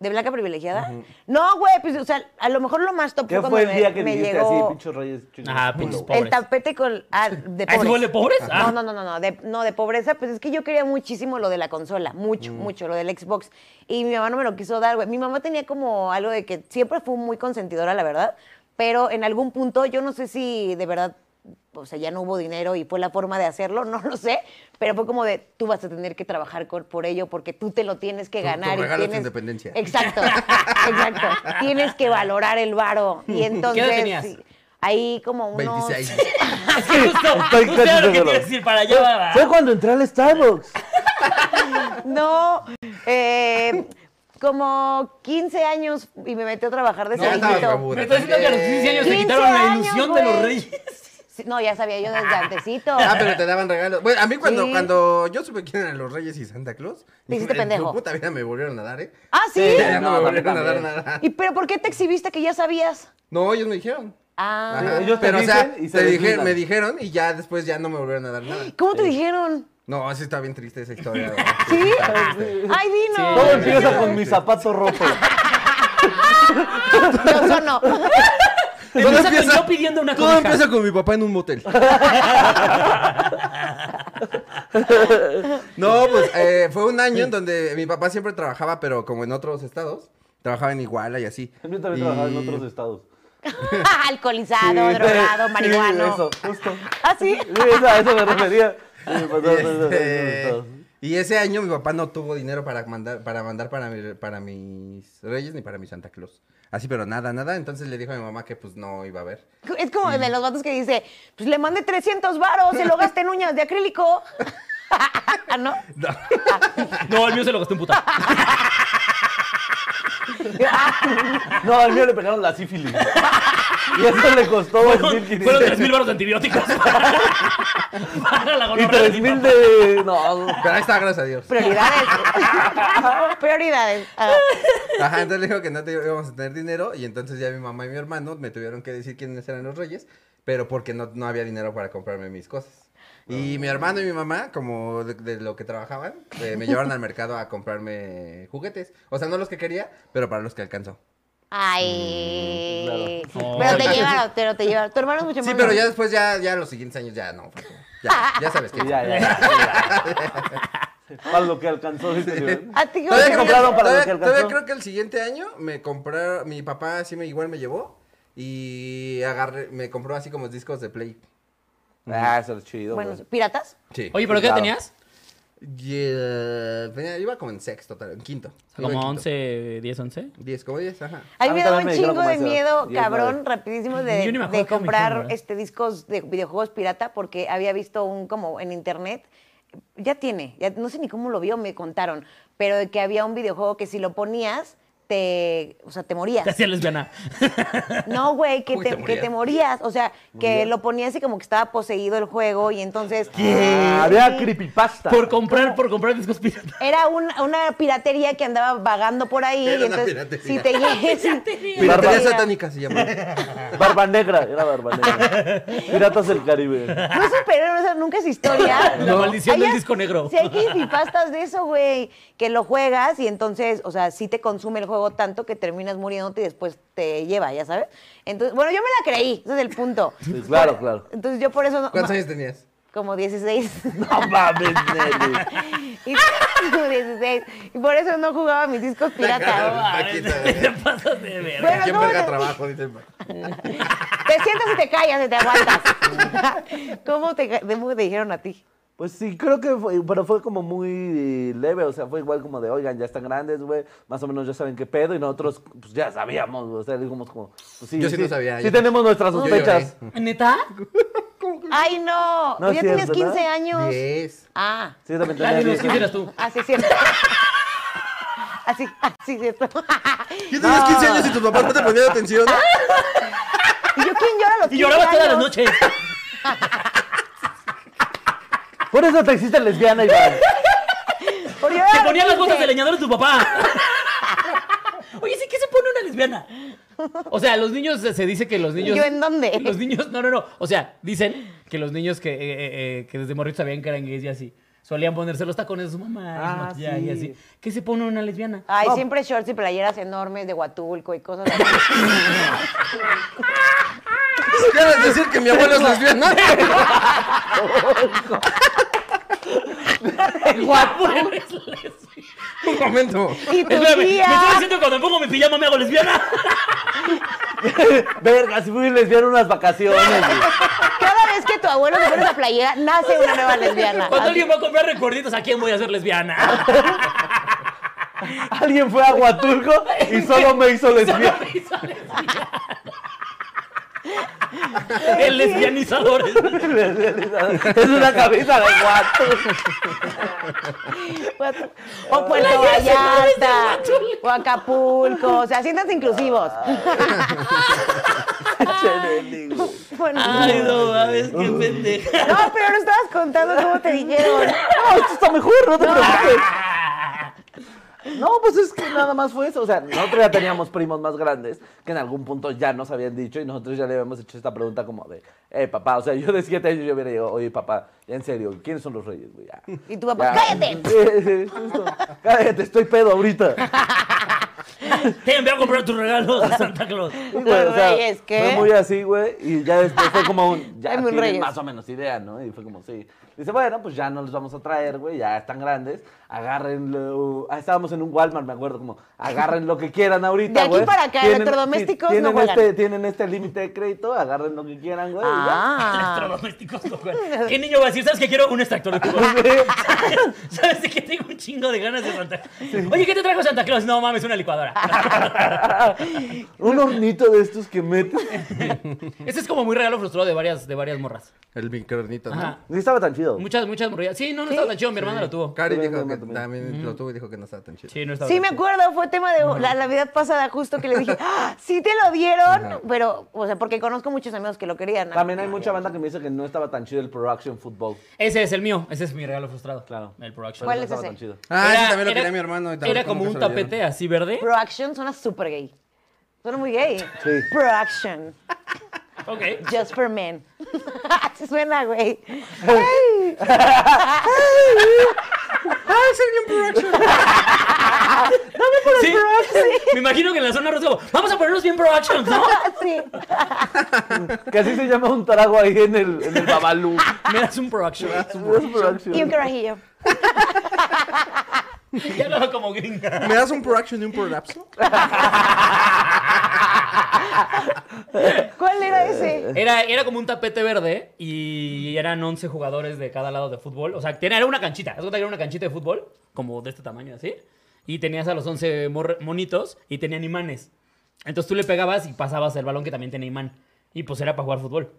¿De blanca privilegiada? No, güey, pues, o sea, a lo mejor lo más top
¿Qué
cuando
fue el
me,
día que
me
dijiste
llegó
así, pinchos reyes? chicos?
Ah, pinches
el
pobres.
tapete con... Ah, de
¿Ah,
pobres.
¿eso fue el de pobres? Ah.
No, no, no, no, no, de, no, de pobreza, pues es que yo quería muchísimo lo de la consola,
Mm.
mucho, mucho, lo del Xbox. Y mi mamá no me lo quiso dar, güey. Mi mamá tenía como algo de que siempre fue muy consentidora, la verdad, pero en algún punto, yo no sé si de verdad, o sea, ya no hubo dinero y fue la forma de hacerlo, no lo sé, pero fue como de, tú vas a tener que trabajar con- por ello porque tú te lo tienes que
Tu- tu
ganar. y
regalo es tu
tienes...
independencia.
Exacto, exacto. Tienes que valorar el varo. Y entonces.
tenías?
sí, Ahí como unos.
26.
Es que justo,
Estoy
justo era
casi
lo que te iba a
seguro.
decir para allá. va, va.
Fue cuando entré al Starbucks.
No, eh, como 15 años y me metí a trabajar de
No, estabas
cerillito.
guapo.
Me estás diciendo que a los 15 años te
15
quitaron la
años,
ilusión de los
güey.
reyes.
Sí, No, ya sabía yo desde antesito.
Ah, pero te daban regalos. Bueno, a mí cuando,
Sí.
cuando yo supe quién eran los Reyes y Santa Claus,
Te hiciste
en
pendejo.
su puta vida me volvieron a dar, ¿eh?
Ah, sí.
Ya
no,
no, me
a mí
volvieron a dar
también.
nada.
¿Y pero por qué te exhibiste que ya sabías?
No, ellos me dijeron.
Ah.
Ajá.
Ellos te
pero, o sea,
dicen y se
te dije-
deslindan.
me dijeron y ya después ya no me volvieron a dar nada.
¿Cómo te dijeron?
No, así está bien triste esa historia. güey. Este,
¿Sí?
está triste.
Ay,
Sí.
Todo
dinos.
empieza con mi zapato roto.
Yo sono.
Empieza con
empieza-
yo pidiendo una
Todo
cobija.
empieza con mi papá en un motel. no, pues eh, fue un año en donde mi papá siempre trabajaba, pero como en otros estados. Trabajaba en Iguala y así.
Yo también
Y- este,
trabajaba en otros estados.
Ah, Alcoholizado,
Sí,
drogado,
sí,
marihuano.
Eso, justo.
¿Ah, sí?
Sí, eso, a eso me refería. Sí, me pasó, me
Y,
pasó, me pasó,
este,
me pasó.
y ese año mi papá no tuvo dinero para mandar para mandar para, mi- para mis reyes ni para mi Santa Claus. Así, pero nada, nada. Entonces le dijo a mi mamá que pues no iba a ver.
Es como de los vatos que dice, pues le mandé 300 varos, se lo gasté en uñas de acrílico. ¿No?
No, el mío se lo gastó en puta.
No, al mío le pegaron la sífilis. Y eso le costó
Fueron
2.500.
3.000 baros de antibióticos. Para la
Y
gonorrea de mi
3.000
papá.
de... No,
Pero ahí está, gracias a Dios.
Prioridades. Prioridades. Ah,
Ajá, entonces le dijo que no te íbamos a tener dinero y entonces ya mi mamá y mi hermano me tuvieron que decir quiénes eran los reyes, pero porque no, no había dinero para comprarme mis cosas.
Oh.
Y mi hermano y mi mamá, como de, de lo que trabajaban, eh, me llevaron al mercado a comprarme juguetes. O sea, no los que quería, pero para los que alcanzó.
Ay.
Mm, claro.
Pero te
Ay.
llevaron, pero te llevaron. Tu hermano es mucho más.
Sí, pero ya
grande.
después, ya, ya los siguientes años, ya no. fue como, Ya, ya sabes
ya,
quién.
ya, ya. ya. Para lo que alcanzó, este ¿viste? Iván?
A ti
Todavía
¿Qué
creo, que,
compraron para los que
todavía- todavía
alcanzó?
creo que el siguiente año me compraron, mi papá sí me igual me llevó y agarré, me compró así como discos de Play.
Ah, eso es chido,
Bueno,
güey.
¿piratas?
Sí.
Oye, ¿pero qué edad
Claro.
tenías?
Y, eh, venía- iba como en sexto, tal, en quinto. Iba en
Como
quinto.
11, 10, 11.
Diez, como diez, ajá.
A
A
mí
mí
me daba
también me
un
dijeron
chingo
como
de
eso,
miedo,
y es
cabrón,
verdad.
rapidísimo,
Yo ni
de,
me acuerdo
de
qué me
comprar
dijeron, ¿eh?
este, discos de videojuegos pirata porque había visto un como en internet. Ya tiene, ya, no sé ni cómo lo vio, me contaron, pero de que había un videojuego que si lo ponías, te, o sea, te morías.
Te hacía lesbiana.
No, güey, que,
Uy,
te,
te
que
morías.
te morías. O sea, que lo ponías y como que estaba poseído el juego y entonces...
Ah, Había creepypasta.
Por comprar, por comprar discos pirata.
Era un- una piratería que andaba vagando por ahí.
Era
y
una
entonces,
piratería.
si te llegas...
Piratería satánica se llama.
Barba negra, era barba negra. Piratas del Caribe.
No superaron esa, nunca es historia.
La maldición del
Hay-
disco negro.
Sí, hay creepypastas de eso, güey. Que lo juegas y entonces, o sea, sí te consume el juego tanto que terminas muriéndote y después te lleva, ¿ya sabes? Entonces, bueno, yo me la creí, ese es el punto.
Sí, claro, claro.
Entonces yo por eso. no-
¿Cuántos
ma-
años tenías?
Como 16.
No mames, Nelly.
Y- como 16. Y por eso no jugaba mis discos pirata.
Paquita,
Te pasas de verga.
Bueno,
¿Quién
no,
verga
no.
trabajo? Dice.
Te sientas y te callas y te aguantas. ¿Cómo te, ca- cómo te dijeron a ti?
Pues sí, creo que fue, pero fue como muy leve, o sea, fue igual como de, oigan, ya están grandes, güey, más o menos ya saben qué pedo, y nosotros, pues ya sabíamos, güey, o sea, dijimos como, pues sí,
Yo sí no sabía,
sí
yo-
tenemos nuestras sospechas.
¿Neta?
¡Ay, no!
No
ya
es
tienes
cierto,
15
¿no?
años.
Diez.
Ah.
Sí, también tenía
La de los
diez, ¿no?
15 eras tú.
Así es cierto. Así, así es cierto.
¿Quién tenías 15 años y tus papás no te ponían atención?
¿Y yo quién llora a los
Y lloraba
15
todas las
años?
noches.
Por eso te hiciste lesbiana, Iván.
Por llorar a
Te
los
ponía las
15.
botas de leñador de tu papá. Oye, ¿sí que se pone una lesbiana? O sea, los niños, se se dice que los niños...
¿Yo en dónde?
Los niños, no, no, no. O sea, dicen que los niños que, eh, eh, eh, que desde morritos sabían que eran gays y así, solían ponerse los tacones de su mamá y
Ah,
maquillaje y
sí.
así. ¿Qué se pone una lesbiana?
Ay, siempre shorts y playeras enormes de Huatulco y cosas así.
¿Quieres decir que mi abuelo es lesbiana?
Guapo. Es
Un momento.
Y tu
Espérame, me
tía.
estoy diciendo que cuando me pongo mi pijama me hago lesbiana.
Verga, si fui lesbiana unas vacaciones, güey.
Cada vez que tu abuelo se pone esa playera, nace una nueva lesbiana.
Cuando alguien va a comprar recuerditos, ¿a quién voy a hacer lesbiana?
Alguien fue a Huatulco y solo me hizo lesbiana.
El lesbianizador.
es una camisa de Huatulco.
Huatu- O Puerto Vallarta. O Acapulco. O sea, siéntanse inclusivos.
Che, Nelly, güey.
Bueno,
Ay, no mames, qué pendeja.
no, pero no estabas contando cómo te dijeron.
No, esto está mejor, no te preocupes. No, pues es que nada más fue eso. O sea, nosotros ya teníamos primos más grandes que en algún punto ya nos habían dicho y nosotros ya le habíamos hecho esta pregunta como de, eh, papá, o sea, yo de siete años yo hubiera llegado, oye, papá, ya en serio, ¿quiénes son los reyes, güey? Ya.
Y tu
Ya.
papá, pues cállate.
Sí, sí, justo. Cállate, estoy pedo ahorita.
Te voy a comprar tus regalos de Santa Claus.
Sí, güey,
Los reyes, ¿qué?
Fue muy así, güey, y ya después fue como un, ya
Dame un
tienen
reyes.
más o menos idea, ¿no? Y fue como, sí. Dice, bueno, pues ya no los vamos a traer, güey, ya están grandes, agárrenlo. Ah, estábamos en un Walmart, me acuerdo, como, agarren lo que quieran ahorita,
De aquí
güey.
para acá,
Tienen-
electrodomésticos
sí, tienen
no juegan.
este, Tienen este límite de crédito, agarren lo que quieran, güey. y ya.
Ah.
Electrodomésticos, no, güey. ¿Qué niño va a decir? ¿Sabes que quiero un extractor de cubos? ¿Sabes de qué tengo un chingo de ganas de Santa Claus? Oye, ¿qué te trajo Santa Claus? No mames, una licuadora.
Ah.
Un hornito de estos que metes.
Ese Este es como muy regalo frustrado de varias, de varias morras.
El microornito,
Ajá.
¿no?
Sí, estaba tan chido.
Muchas, muchas morrillas. Sí, no, no estaba tan chido. Mi hermana lo tuvo.
Cari
Sí,
dijo
no,
que
no, no.
también lo tuvo y dijo que no estaba tan chido.
Mm. Sí, no estaba
Sí,
tan
me
chido.
acuerdo, fue tema de la Navidad pasada justo que le dije, "Ah, sí te lo dieron,
Ajá.
pero, o sea, porque conozco muchos amigos que lo querían. ¿no?
También hay mucha banda que me dice que no estaba tan chido el Pro Action Football.
Ese es el mío. Ese es mi regalo frustrado.
Claro.
El production.
¿Cuál
No
es
estaba
ese?
tan chido.
Ah,
Era-
ese también lo
era-
quería mi hermano. y tampoco
Era como
nunca
un
se lo dieron.
tapete así verde.
Proaction suena súper gay. Suena muy gay.
Sí.
Proaction.
Ok.
Just for men. Así suena, güey.
Sí. Me imagino que en la zona rosa como, vamos a ponernos bien productions, ¿no?
Sí.
Que así se llama un trago ahí en el, en el Babalú.
Me das un production.
Es Pro Action.
Y un carajillo.
Ya lo hago como gringa.
¿Me das un production y un prolapso?
¿Cuál era
Eh,
ese?
Era, era como un tapete verde y eran 11 jugadores de cada lado de fútbol. O sea, tenía, era una canchita. haz de cuenta que Era una canchita de fútbol, como de este tamaño así. Y tenías a los 11 mor- monitos y tenían imanes. Entonces tú le pegabas y pasabas el balón que también tenía imán. Y pues era para jugar fútbol.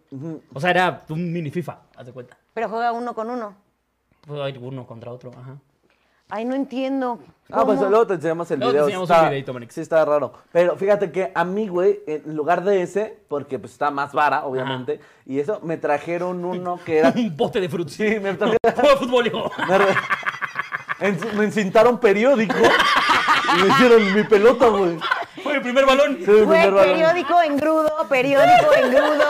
O sea, era un mini FIFA, haz de cuenta.
Pero juega uno con uno.
Pues hay uno contra otro, ajá.
Ay, no entiendo.
Ah, pues
¿Cómo?
luego te enseñamos el
Luego te
video.
enseñamos
está-
un videito, Manix.
Sí, está raro. Pero fíjate que a mí, güey, en lugar de ese, porque pues está más vara, obviamente, y eso, me trajeron uno que era...
Un bote de frutos.
Sí, me trajeron...
Juega fútbol, hijo.
Me, re- en- me encintaron periódico y me hicieron mi pelota, güey.
Fue el primer balón.
Sí, mi
Güey,
hermano.
periódico engrudo, periódico engrudo.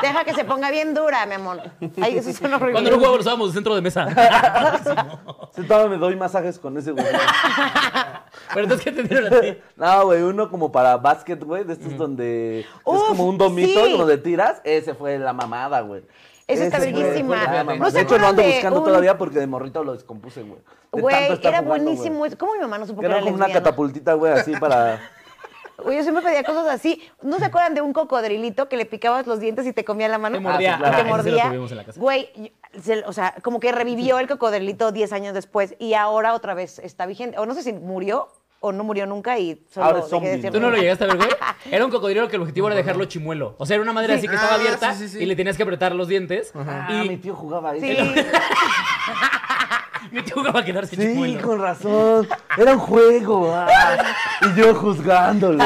Deja que se ponga bien dura, mi amor. Ay, eso suena horrible.
Cuando no jugábamos, lo usábamos de centro de mesa.
Sí, todavía me doy masajes con ese, güey.
Pero entonces, ¿qué te dieron a ti?
No, güey, uno como para básquet, güey, de estos donde es
Mm. Uf,
como un domito
sí.
y donde tiras. Ese fue la mamada, güey.
Ese está
Ese fue-
verguísima.
fue la
¿No
mamada.
se
de hecho, lo
acuerdan
ando
de
buscando
un-
todavía porque de morrito lo descompuse, güey. De tanto
Güey,
estar
era
jugando, güey.
buenísimo. eso. ¿Cómo mi mamá no supo
Que
que
Era
era
como una
lesbiana?
catapultita, güey, así para...
Güey, yo siempre pedía cosas así. ¿No se acuerdan de un cocodrilito que le picabas los dientes y te comía la mano?
Te mordía.
Ah,
Ah,
te
ese
lo
mordía.
tuvimos en la casa.
Güey, y- se- o sea, como que revivió el cocodrilito 10 años después y ahora otra vez está vigente. O no sé si murió o no murió nunca y solo
Ahora es
dejé de
zombie,
decir
¿Tú no lo
nunca.
llegaste a ver, güey? Era un cocodrilo que el objetivo era dejarlo chimuelo. O sea, era una madre así que estaba
Ah,
abierta
sí, sí, sí.
y le tenías que apretar los dientes.
Ah,
Y
mi tío jugaba eso.
Sí.
mi tío va a quedarse
Sí,
chimuelo.
con razón. Era un juego. ah, y yo juzgándolo.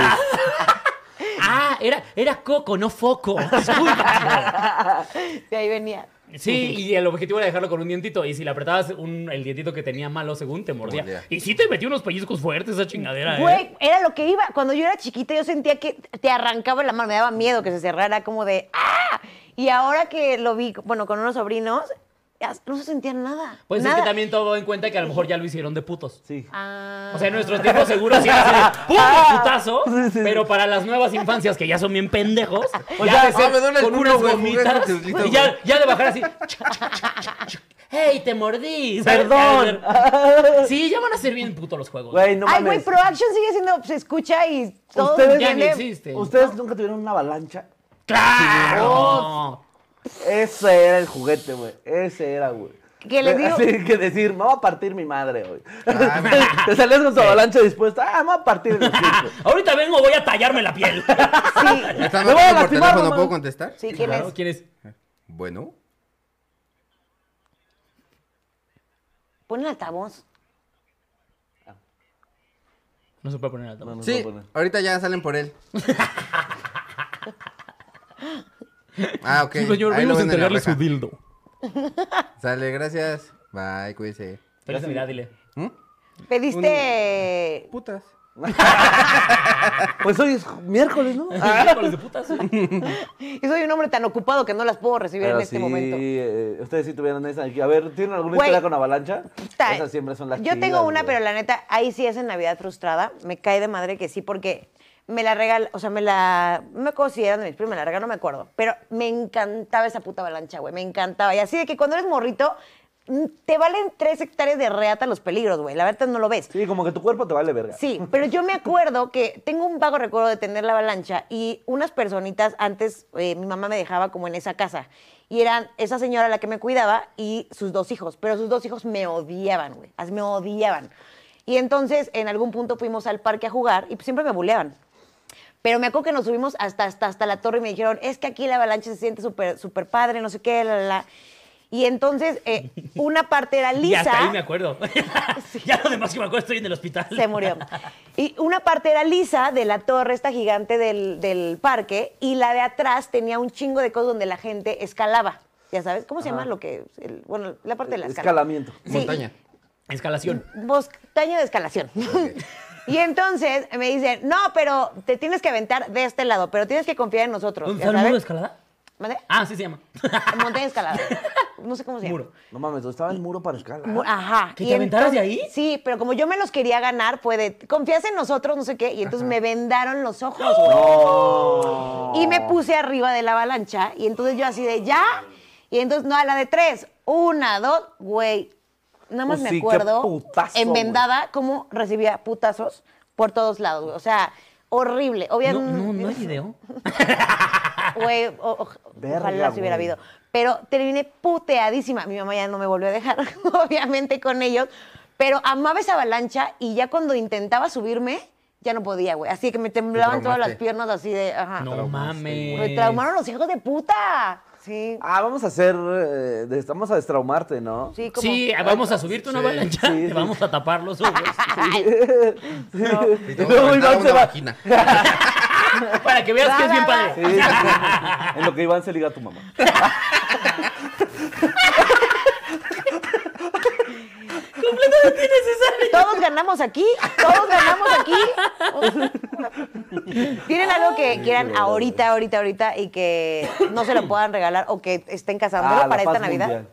Ah, era, era coco, no foco. Disculpa.
De ahí venía.
Sí, y el objetivo era dejarlo con un dientito. Y si le apretabas un- el dientito que tenía malo, según te mordía.
Mordía.
Y sí te metió unos pellizcos fuertes esa chingadera, ¿eh?
Güey, era lo que iba. Cuando yo era chiquita, yo sentía que te arrancaba la mano. Me daba miedo que se cerrara, como de ¡ah! Y ahora que lo vi, bueno, con unos sobrinos, as- no se sentía nada.
Pues
nada.
es que también todo en cuenta que a lo mejor ya lo hicieron de putos.
Sí.
Ah.
O sea, en nuestros tiempos seguro sí era así de ¡pum! putazo,
Sí, sí.
pero para las nuevas infancias que ya son bien pendejos, ya
sea,
de ser
ah, me duele el
con
culo,
unas
güey, jugué
gomitas
con el chulito,
y ya, ya de bajar así. ¡Hey, te mordí! ¿sabes?
Perdón.
Sí, ya van a ser bien putos los juegos.
Güey, no
Ay, güey,
mames.
Pro Action sigue siendo, se escucha y todo
Ustedes-
ya ni
tiene-
existe.
¿Ustedes nunca tuvieron una avalancha?
¡Claro!
Ese era el juguete, güey. Ese era, güey.
Que les digo-
Así que decir, me voy a partir mi madre hoy.
Ah,
te salías con tu avalancha dispuesta. Ah, me voy a partir el hocico.
Ahorita vengo, voy a tallarme la piel.
Sí,
Me están
Me voy a
hablando por
lastimar,
teléfono,
mamá.
¿puedo contestar?
sí, ¿quién
Claro,
es?
¿Quién es?
Bueno.
Pon el altavoz.
No se puede poner nada.
No, no se
Sí,
puede poner.
ahorita ya salen por él. ah, ok.
pues, Señor,
Ahí lo
venimos a
ven en la
entregarle su
reja.
dildo.
Sale, gracias. Bye, cuídense.
Feliz Navidad, dile.
¿Mm?
Pediste.
Putas.
Pues hoy es miércoles, ¿no?
Miércoles de putas.
Y soy un hombre tan ocupado que no las puedo recibir en este momento.
eh, ustedes sí tuvieron esa aquí. A ver, ¿tienen alguna
Güey.
historia con avalancha?
Ta-
Esas siempre son las
Yo tengo
chidas,
una,
güey.
pero la neta, ahí sí es en Navidad frustrada. Me cae de madre que sí, porque me la regal, o sea, me la. No me acuerdo si eran de mis primos, me la regaló, no me acuerdo. Pero me encantaba esa puta avalancha, güey. Me encantaba. Y así de que cuando eres morrito, mm, te valen tres hectáreas de reata los peligros, güey. La verdad no lo ves.
Sí, como que tu cuerpo te vale verga.
Sí, pero yo me acuerdo que tengo un vago recuerdo de tener la avalancha y unas personitas antes, eh, mi mamá me dejaba como en esa casa y eran esa señora la que me cuidaba y sus dos hijos, pero sus dos hijos me odiaban, güey, así me odiaban. Y entonces en algún punto fuimos al parque a jugar y pues, siempre me buleaban. Pero me acuerdo que nos subimos hasta, hasta, hasta la torre y me dijeron, es que aquí la avalancha se siente súper súper padre, no sé qué, la, la, la". Y entonces eh, una parte era
Y
lisa.
hasta ahí me acuerdo. ya lo demás que me acuerdo estoy en el hospital.
Se murió. Y una parte era lisa de la torre, esta gigante del, del parque, y la de atrás tenía un chingo de cosas donde la gente escalaba. Ya sabes, ¿cómo se llama lo que. el- bueno, la parte de la escala.
Escalamiento.
Sí.
Montaña.
Escalación.
Montaña de escalación. Y entonces me dicen, no, pero te tienes que aventar de este lado, pero tienes que confiar en nosotros.
¿Dónde
ya
está el muro de
sabes.
escalada?
¿Mande?
Ah, sí se llama.
Montaña de escalada. No sé cómo se llama.
Muro.
No mames, estaba el muro para
Mu-
escalar.
Ajá.
Ah. ¿Que
y
te aventaras de
entonces-
ahí?
Sí, pero como yo me los quería ganar, fue de, confías en nosotros, no sé qué, y entonces me vendaron los ojos, güey.
No.
Y me puse arriba de la avalancha. Y entonces yo así de ya. Y entonces, no, a la de tres. Una, dos, güey. Nada más
Pues
Oh,
me
sí, qué
acuerdo,
putazo,
enmendada, cómo recibía putazos por todos lados, güey. O sea, horrible.
No,
Obviamente.
no, no hay video.
Güey, o- o-
Verga,
ojalá se hubiera
güey.
habido. Pero terminé puteadísima. Mi mamá ya no me volvió a dejar, obviamente, con ellos. Pero amaba esa avalancha y ya cuando intentaba subirme, ya no podía, güey. Así que me temblaban todas las
traumaste.
piernas así de. Ajá.
No mames.
Me traumaron los hijos de puta. Sí.
Ah, vamos a hacer. eh, des- vamos a destraumarte, ¿no?
Sí, como.
Sí, vamos a subirte una
Sí,
avalancha,
sí,
te
sí.
vamos a tapar los ojos
Y
Y
todos
luego
aventaban
Iván se
una
va.
vagina.
para que veas que es bien
Sí,
padre.
sí, sí. En lo que Iván se liga a tu mamá.
Completamente innecesario.
Todos ganamos aquí, todos ganamos aquí. ¿Tienen algo que quieran ahorita, ahorita, ahorita y que no se lo puedan regalar o que estén casándolo
Ah, la
para esta
paz
Navidad?
mundial.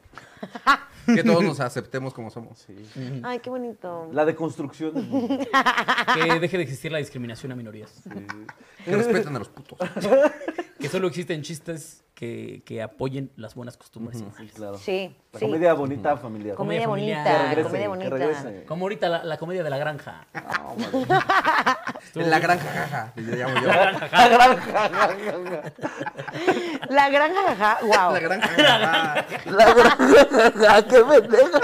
Que todos nos aceptemos como somos.
Ay, qué bonito.
La deconstrucción. del mundo.
Que deje de existir la discriminación a minorías.
Que respeten a los putos.
Que solo existen chistes que, que apoyen las buenas costumbres.
Sí, claro.
Sí,
La
sí.
comedia bonita familiar.
Com-
Comedia
Comedia
bonita,
Que
familiar.
regrese,
comedia
que
bonita.
regrese.
Como ahorita la, la comedia de la granja.
Ah, En la granja, jaja. que le llamo yo.
La gran jajaja, wow.
La granja, jaja.
La gran- Ah, ¡Qué pendeja!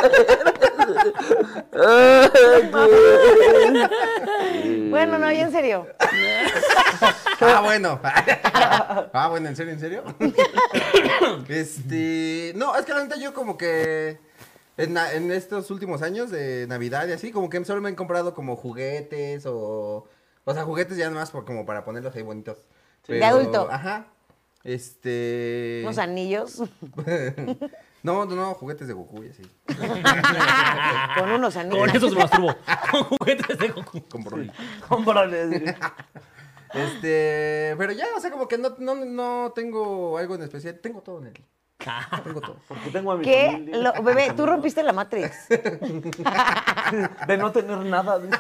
Ay,
Bueno, no, ya en serio.
Ah, bueno. Ah, bueno, ¿en serio, en serio? Este. No, es que la neta yo como que. En, na- en estos últimos años de Navidad y así, como que solo me han comprado como juguetes o. O sea, juguetes ya nomás por, como para ponerlos ahí bonitos.
De adulto.
Ajá. Este.
Unos anillos.
No, no, no, juguetes de Goku y así.
Con unos anillos.
Con eso se masturbo. Con juguetes de Goku.
Con Broly.
cómprale.
Este, pero ya, o sea, como que no, no, no tengo algo en especial. Tengo todo, Nelly. Tengo todo.
Porque tengo a mi
¿Qué?
familia.
Lo- bebé, tú rompiste la Matrix.
De no tener nada. De, a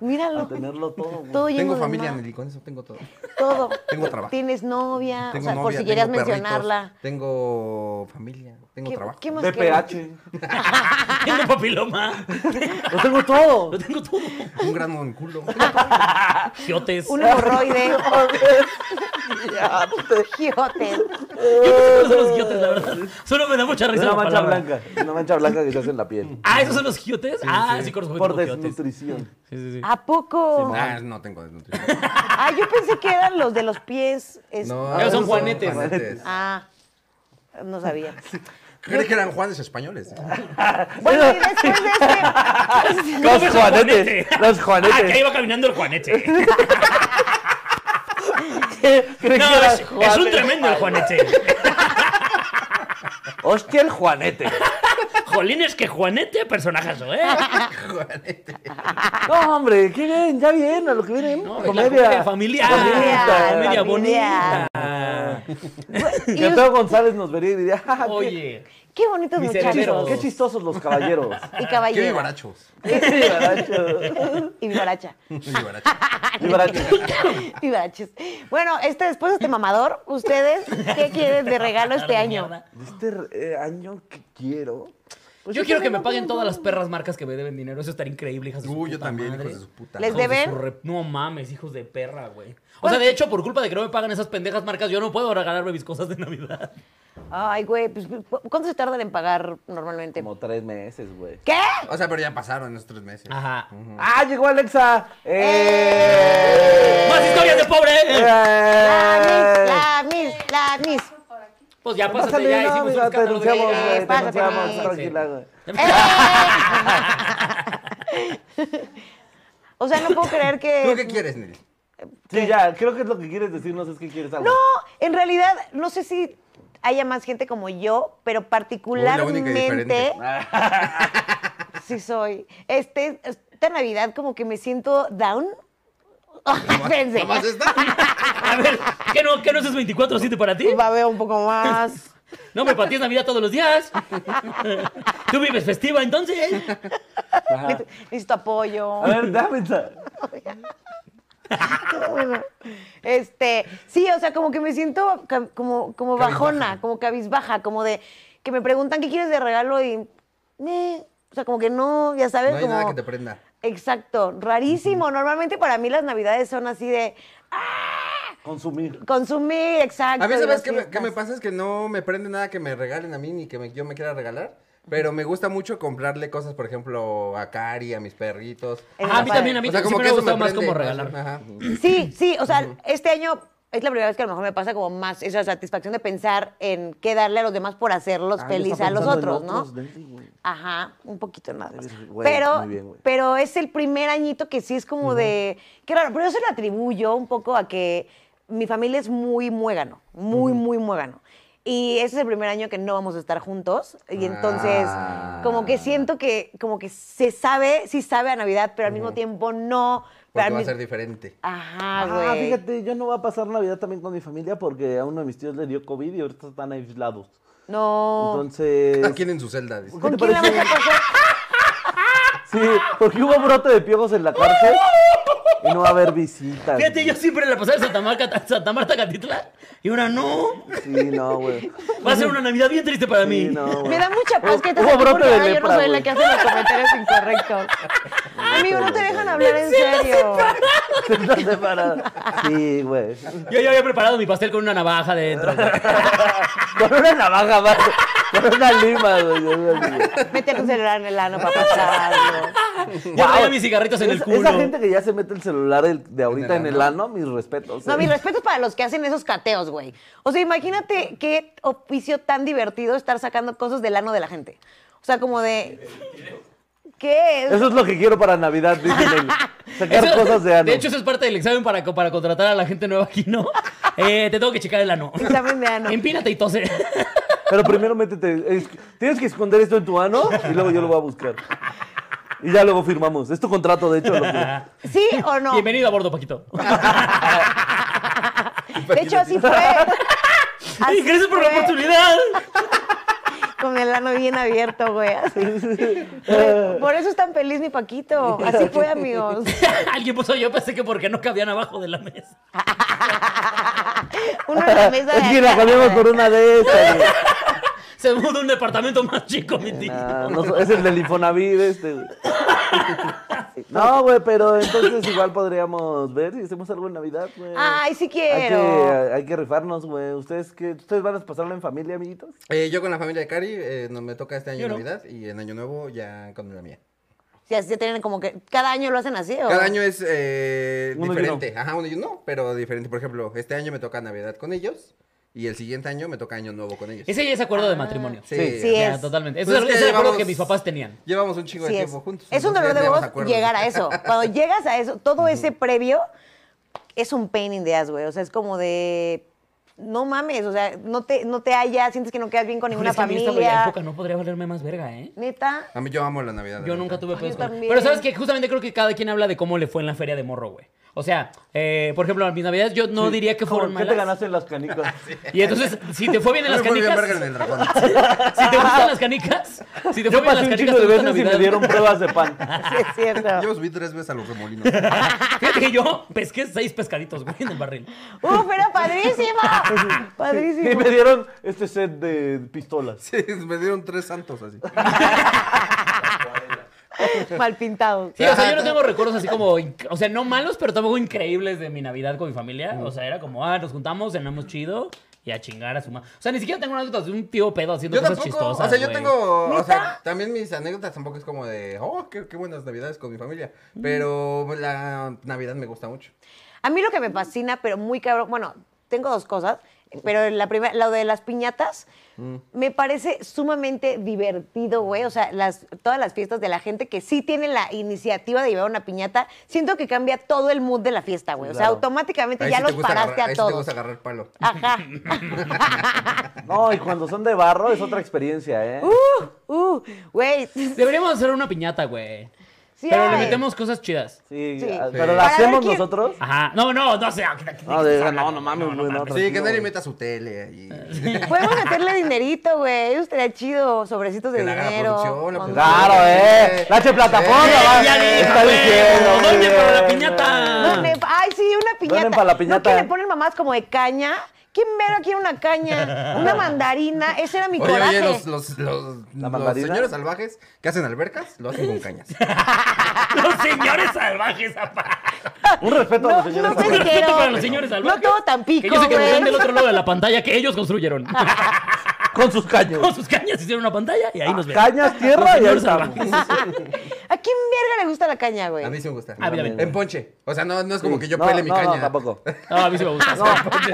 Míralo.
tenerlo todo. güey.
Todo lleno
Tengo
de
familia,
ma-
Nelly, con eso tengo todo.
Todo.
Tengo trabajo.
Tienes novia.
Tengo
Ah, o sea, por
novia,
si querías
tengo perritos,
mencionarla.
Tengo familia, tengo
¿Qué,
trabajo.
qué más quieres?
BPH.
Tengo papiloma.
Lo tengo todo.
Lo tengo todo.
Un gran monculo.
Giotes.
Un hemorroide. Giotes.
Yo no sé cuáles son los giotes, la verdad. Solo me da mucha risa
Una
la
mancha
palabra.
blanca. Una mancha blanca que se hace en la piel.
Ah, ¿esos son los giotes? ah, sí, conozco gente
Por
con giotes.
desnutrición.
Sí, sí, sí.
¿A poco?
Ah, no tengo desnutrición.
Ah, yo pensé que eran los de los pies. Es-
No,
Esos son
no,
juanetes.
Ah, no sabía.
Creí que eran juanes españoles.
Bueno, y después de este...
Los
Los
juanetes. Los
Ah, que ahí
juanetes.
va caminando el Juanete.
Creo
No,
que era
es, es un
Juanete.
tremendo el Juanete.
Hostia, el juanete.
Jolín, es que Juanete, personajazo, ¿eh?
Juanete.
No, hombre, qué bien, ya bien, a lo que viene. ¿eh?
No, la
comedia.
familiar. Ah,
Bonita.
Comedia
Familiar,
bonita.
Y
Santiago González nos vería y diría, "Ah, qué-
Oye,
qué bonitos
Mis
qué,
muchachos.
herederos.
chistosos, qué chistosos los caballeros.
Y
Qué
caballero.
vivarachos.
Y vivaracha.
Vivarachos.
Vivaraches. Bueno, este, después de este mamador, ¿ustedes qué quieren de regalo este año?
Este eh, año que quiero.
Yo quiero que me paguen todas las perras marcas que me deben dinero. Eso estaría increíble, hijas de su
Uy, yo
puta
también,
madre.
hijos de su puta.
Les
Hijos de
deben.
su re- No mames, hijos de perra, güey. O sea, de hecho, por culpa de que no me pagan esas pendejas marcas, yo no puedo regalarme mis cosas de Navidad.
Ay, güey, pues, ¿cuánto se tardan en pagar normalmente?
Como tres meses, güey.
¿Qué?
O sea, pero ya pasaron esos tres meses.
Ajá.
¡Ah, llegó Alexa!
¡Eh! ¡Más historias de pobre!
Eh.
¡Eh!
La mis, la mis, la mis.
Pues ya pásate,
Pásale,
ya
no,
hicimos un Ah,
mira, te
escándalo de
anunciamos,
Eh,
güey, te
pásate,
anunciamos,
sí.
tranquila, güey.
¡Eh! O sea, no puedo creer
¿Tú
que...
qué quieres, Nelly?
Sí, ya, creo que es lo que quieres decirnos es que quieres algo.
No, en realidad, no sé si haya más gente como yo, pero
única y
particularmente...
diferente.
sí soy. Este, esta Navidad como que me siento down. Espérense.
¿Nomás esta?
A ver, ¿qué no, qué no es 24-7 para ti?
Va a ver un poco más.
No, me para ti es Navidad todos los días. Tú vives festiva, entonces.
Eh,
Ah.
Ajá.
Necesito apoyo.
A ver, déjame pensar.
Este, sí, o sea, como que me siento ca- como, como bajona, como cabizbaja, como de que me preguntan qué quieres de regalo y. "Neh". o sea, como que no, ya sabes,
No hay
como.
nada que te prenda.
Exacto, rarísimo. Normalmente para mí las navidades son así de
Consumir.
consumir, exacto.
A mí,
y
¿sabes
las
qué me, qué me
fiestas.
pasa? Es que no me prende nada que me regalen a mí ni que me- yo me quiera regalar. Pero me gusta mucho comprarle cosas, por ejemplo, a Cari, a mis perritos.
Es
Ah, a mí
padre.
también, a mí
O sea,
siempre
como
me ha
que eso
gustado más
prende.
como regalar.
Ajá.
Sí, sí, o sea, este año es la primera vez que a lo mejor me pasa como más esa satisfacción de pensar en qué darle a los demás por hacerlos
Ah, yo
feliz
estaba
a los
pensando en
otros, ¿no?
otros, Denzi, güey.
Ajá, un poquito nada más.
Eres güey,
pero,
muy bien, güey.
pero es el primer añito que sí es como de. Qué raro, pero yo se lo atribuyo un poco a que mi familia es muy muégano, muy, muy muégano. Y ese es el primer año que no vamos a estar juntos. Y entonces,
Ah.
como que siento que, como que se sabe, sí sabe a Navidad, pero al mismo tiempo no. Pero
Porque
al
va a
mis-
ser diferente.
Ajá, güey.
Ah, fíjate, yo no voy a pasar Navidad también con mi familia porque a uno de mis tíos le dio COVID y ahorita están aislados.
No.
Entonces.
¿A quién en su celda? dice.
Oh. ¿Con
te
quién la vas
parece?
a pasar?
Sí, porque hubo brote de piojos en la cárcel y no va a haber visitas.
Fíjate, yo
güey.
siempre la pasaba en Santa Marta, Santa Marta Catitla y ahora no.
Sí, no, güey.
Va a ser una Navidad bien triste para mí.
Sí, no, güey.
Me da mucha paz que te
Hubo
saqué
brote
porque
de
ahora yo no
lepra,
soy la
güey.
que hace los comentarios incorrectos. Amigo, no te dejan hablar en serio.
Celda separada. Sí, güey.
Yo ya había preparado mi pastel con una navaja dentro. güey.
Con una navaja, más. Con una lima, güey. yo no sé.
Mete tu celular en el ano para pasar
Ya
algo.
Wow.
traía mis cigarritos en el
Esa-
culo.
Esa gente que ya se mete el celular el- de ahorita
En
en
el
el ano, mis respetos.
No,
eh.
mis respetos para los que hacen esos cateos, güey. O sea, imagínate qué oficio tan divertido estar sacando cosas del ano de la gente. O sea, como de... ¿Qué es?
Eso es lo que quiero para Navidad, dicen ellos. Sacar
Eso-
cosas de ano.
hecho, eso es parte del examen para, co- para contratar a la gente nueva aquí, ¿no? Eh, te tengo que checar el ano.
Examen de ano.
Empínate y tose.
Pero primero métete. es- Tienes que esconder esto en tu ano y luego yo lo voy a buscar. Y ya luego firmamos. Es tu contrato, de hecho. lo que-
¿Sí o no?
Bienvenido a bordo, Paquito.
De hecho, así fue. Así
Ay, gracias por la
fue,
oportunidad.
Con el ano bien abierto, güey. así. Güey, Por eso es tan feliz mi Paquito. Así fue, amigos.
Alguien puso, yo pensé que porque no cabían abajo de la mesa.
Uno en la mesa de
Es que
acá.
la cambiamos por una de estas. güey.
Se mudó a un departamento más chico, mi tío.
Ah, no, so- es el del Infonavit este. güey. No, güey, pero entonces igual podríamos ver si hacemos algo en Navidad, güey.
Ay, sí
Hay que,
quiero.
hay que rifarnos, güey. ¿Ustedes, qué, ¿Ustedes van a pasarlo en familia, amiguitos?
Eh, yo con la familia de Cari, eh, no, me toca este año
Yo no.
Navidad y en Año Nuevo ya con la mía.
Si así tienen como que. Cada año lo hacen así, ¿o?
Cada año es eh,
Uno y uno.
diferente. Ajá, uno y uno, pero diferente. Por ejemplo, este año me toca Navidad con ellos y el siguiente año me toca Año Nuevo con ellos.
Ese ya es acuerdo de matrimonio.
Sí,
Sí,
Ah, sí
Ya,
es.
totalmente. Ese es,
Pues es que
ese es el acuerdo
llevamos-
que mis papás tenían.
Llevamos un chingo
Sí
de
es.
tiempo juntos.
Es un
entonces
dolor de
ya tenemos
huevos
acuerdos.
llegar a eso. Cuando llegas a eso, todo ese previo es un pain in the ass, güey. O sea, es como de. No mames, o sea, no te, no te hallas, sientes que no quedas bien con ninguna
Es que a mí esta
familia.
época no podría valerme más verga, ¿eh?
Neta.
A mí yo amo la Navidad. la
Yo
neta.
nunca tuve pedos
yo
con-
también.
Pero sabes que justamente creo que cada quien habla de cómo le fue en la feria de morro, güey. O sea, eh, por ejemplo, a mis navidades yo no diría que fueron
¿Qué
malas.
te ganaste en las canicas?
Y entonces, si te fue bien en
No
las
me fue bien
canicas,
verga en el dragón.
si te gustan las canicas, si
Yo
te fue bien en
pasé
las
un
canicas,
chingo de
te
veces
gusta
y
Navidad.
me dieron pruebas de pan.
Sí, es cierto.
Yo subí tres veces a los remolinos.
Fíjate que yo pesqué seis pescaditos, güey, en el barril.
¡Uf, era ¡Uh, padrísimo!
Y
Padrísimo.
me dieron este set de pistolas.
Sí, me dieron tres santos así.
Mal pintado.
Sí, o sea, yo no tengo recuerdos así como, inc- o sea, no malos, pero tampoco increíbles de mi Navidad con mi familia. O sea, era como, ah, nos juntamos, cenamos chido y a chingar a su madre. O sea, ni siquiera tengo anécdotas de un tío pedo haciendo
Yo
cosas
tampoco,
chistosas.
o sea, yo
güey.
tengo, o sea, también mis anécdotas tampoco es como de, oh, qué, qué buenas navidades con mi familia,
Mm.
pero la Navidad me gusta mucho.
A mí lo que me fascina, pero muy cabrón, bueno, tengo dos cosas, pero la primera, lo de las piñatas,
Mm.
me parece sumamente divertido, güey. O sea, las, todas las fiestas de la gente que sí tiene la iniciativa de llevar una piñata, siento que cambia todo el mood de la fiesta, güey. O sea,
Claro.
automáticamente
Ahí
ya
sí te
los
gusta
paraste
agarrar-
a
ahí sí te
todos.
gusta agarrar palo.
Ajá.
No, y cuando son de barro es otra experiencia, ¿eh?
Uh, uh, güey.
Deberíamos hacer una piñata, güey.
Sí
pero le
hay.
metemos cosas chidas.
sí,
sí.
ah,
Sí.
pero
Para
la
ver
hacemos
quién-
nosotros.
Ajá. No, no, no sé. ah, ¿qué- qué- qué-
No,
qué-
de- no, no mames, güey, no,
Sí, que
tranquilo,
nadie
güey.
meta su tele ahí.
Podemos meterle dinerito, güey. Eso estaría chido. Sobrecitos de
Que la haga la
dinero.
producción, la
con-
producción.
Claro, eh. La H plataforma,
Eh,
va.
ya dije,
está
güey,
diciendo.
¿dónde
bien,
para la
güey.
piñata?
Donen- ay, sí, una piñata.
Ah. Donen para la
¿No
piñata.
que le ponen mamás como de caña ¿Quién mero quiere una caña? Una mandarina. Ese era mi
Oye,
coraje.
oye, los, los, los,
¿La
los
mandarina?
señores salvajes que hacen albercas lo hacen con cañas.
Los señores salvajes, apá.
Un respeto a los
No,
señores.
no pesquero.
Respeto para los señores salvajes.
No todo tan pico,
Que yo sé que
güey. Ah,
ven del otro lado de la pantalla que ellos construyeron.
Con sus caños.
Con sus cañas hicieron una pantalla y ahí nos ven.
Cañas, tierra y ahí
señores
estamos.
¿A quién verga le gusta la caña, güey?
A mí sí me gusta.
A mí también.
En ponche. O sea, no, no es como
Sí.
que yo
No,
pele mi
no,
caña.
No, tampoco.
No, Ah, a mí sí me gusta.
No,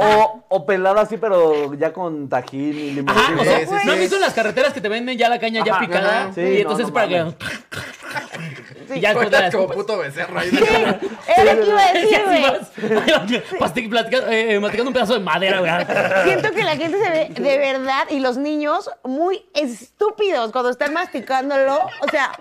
oh, o, o pelada así, pero ya con tajín y limón.
Ajá, o sea,
Sí, sí,
¿no han
sí.
visto en las carreteras que te venden ya la caña ya
Ajá,
picada?
ajá.
Sí,
y
no,
entonces
no
para que... y ya después de
Sueltas
las
como puto becerro ahí.
Es lo que iba a
Y
decir,
así
güey.
vas, ahí vas, plastic- platica- eh, masticando un pedazo de madera, güey.
Siento que la gente se ve de verdad y los niños muy estúpidos cuando están masticándolo. O sea,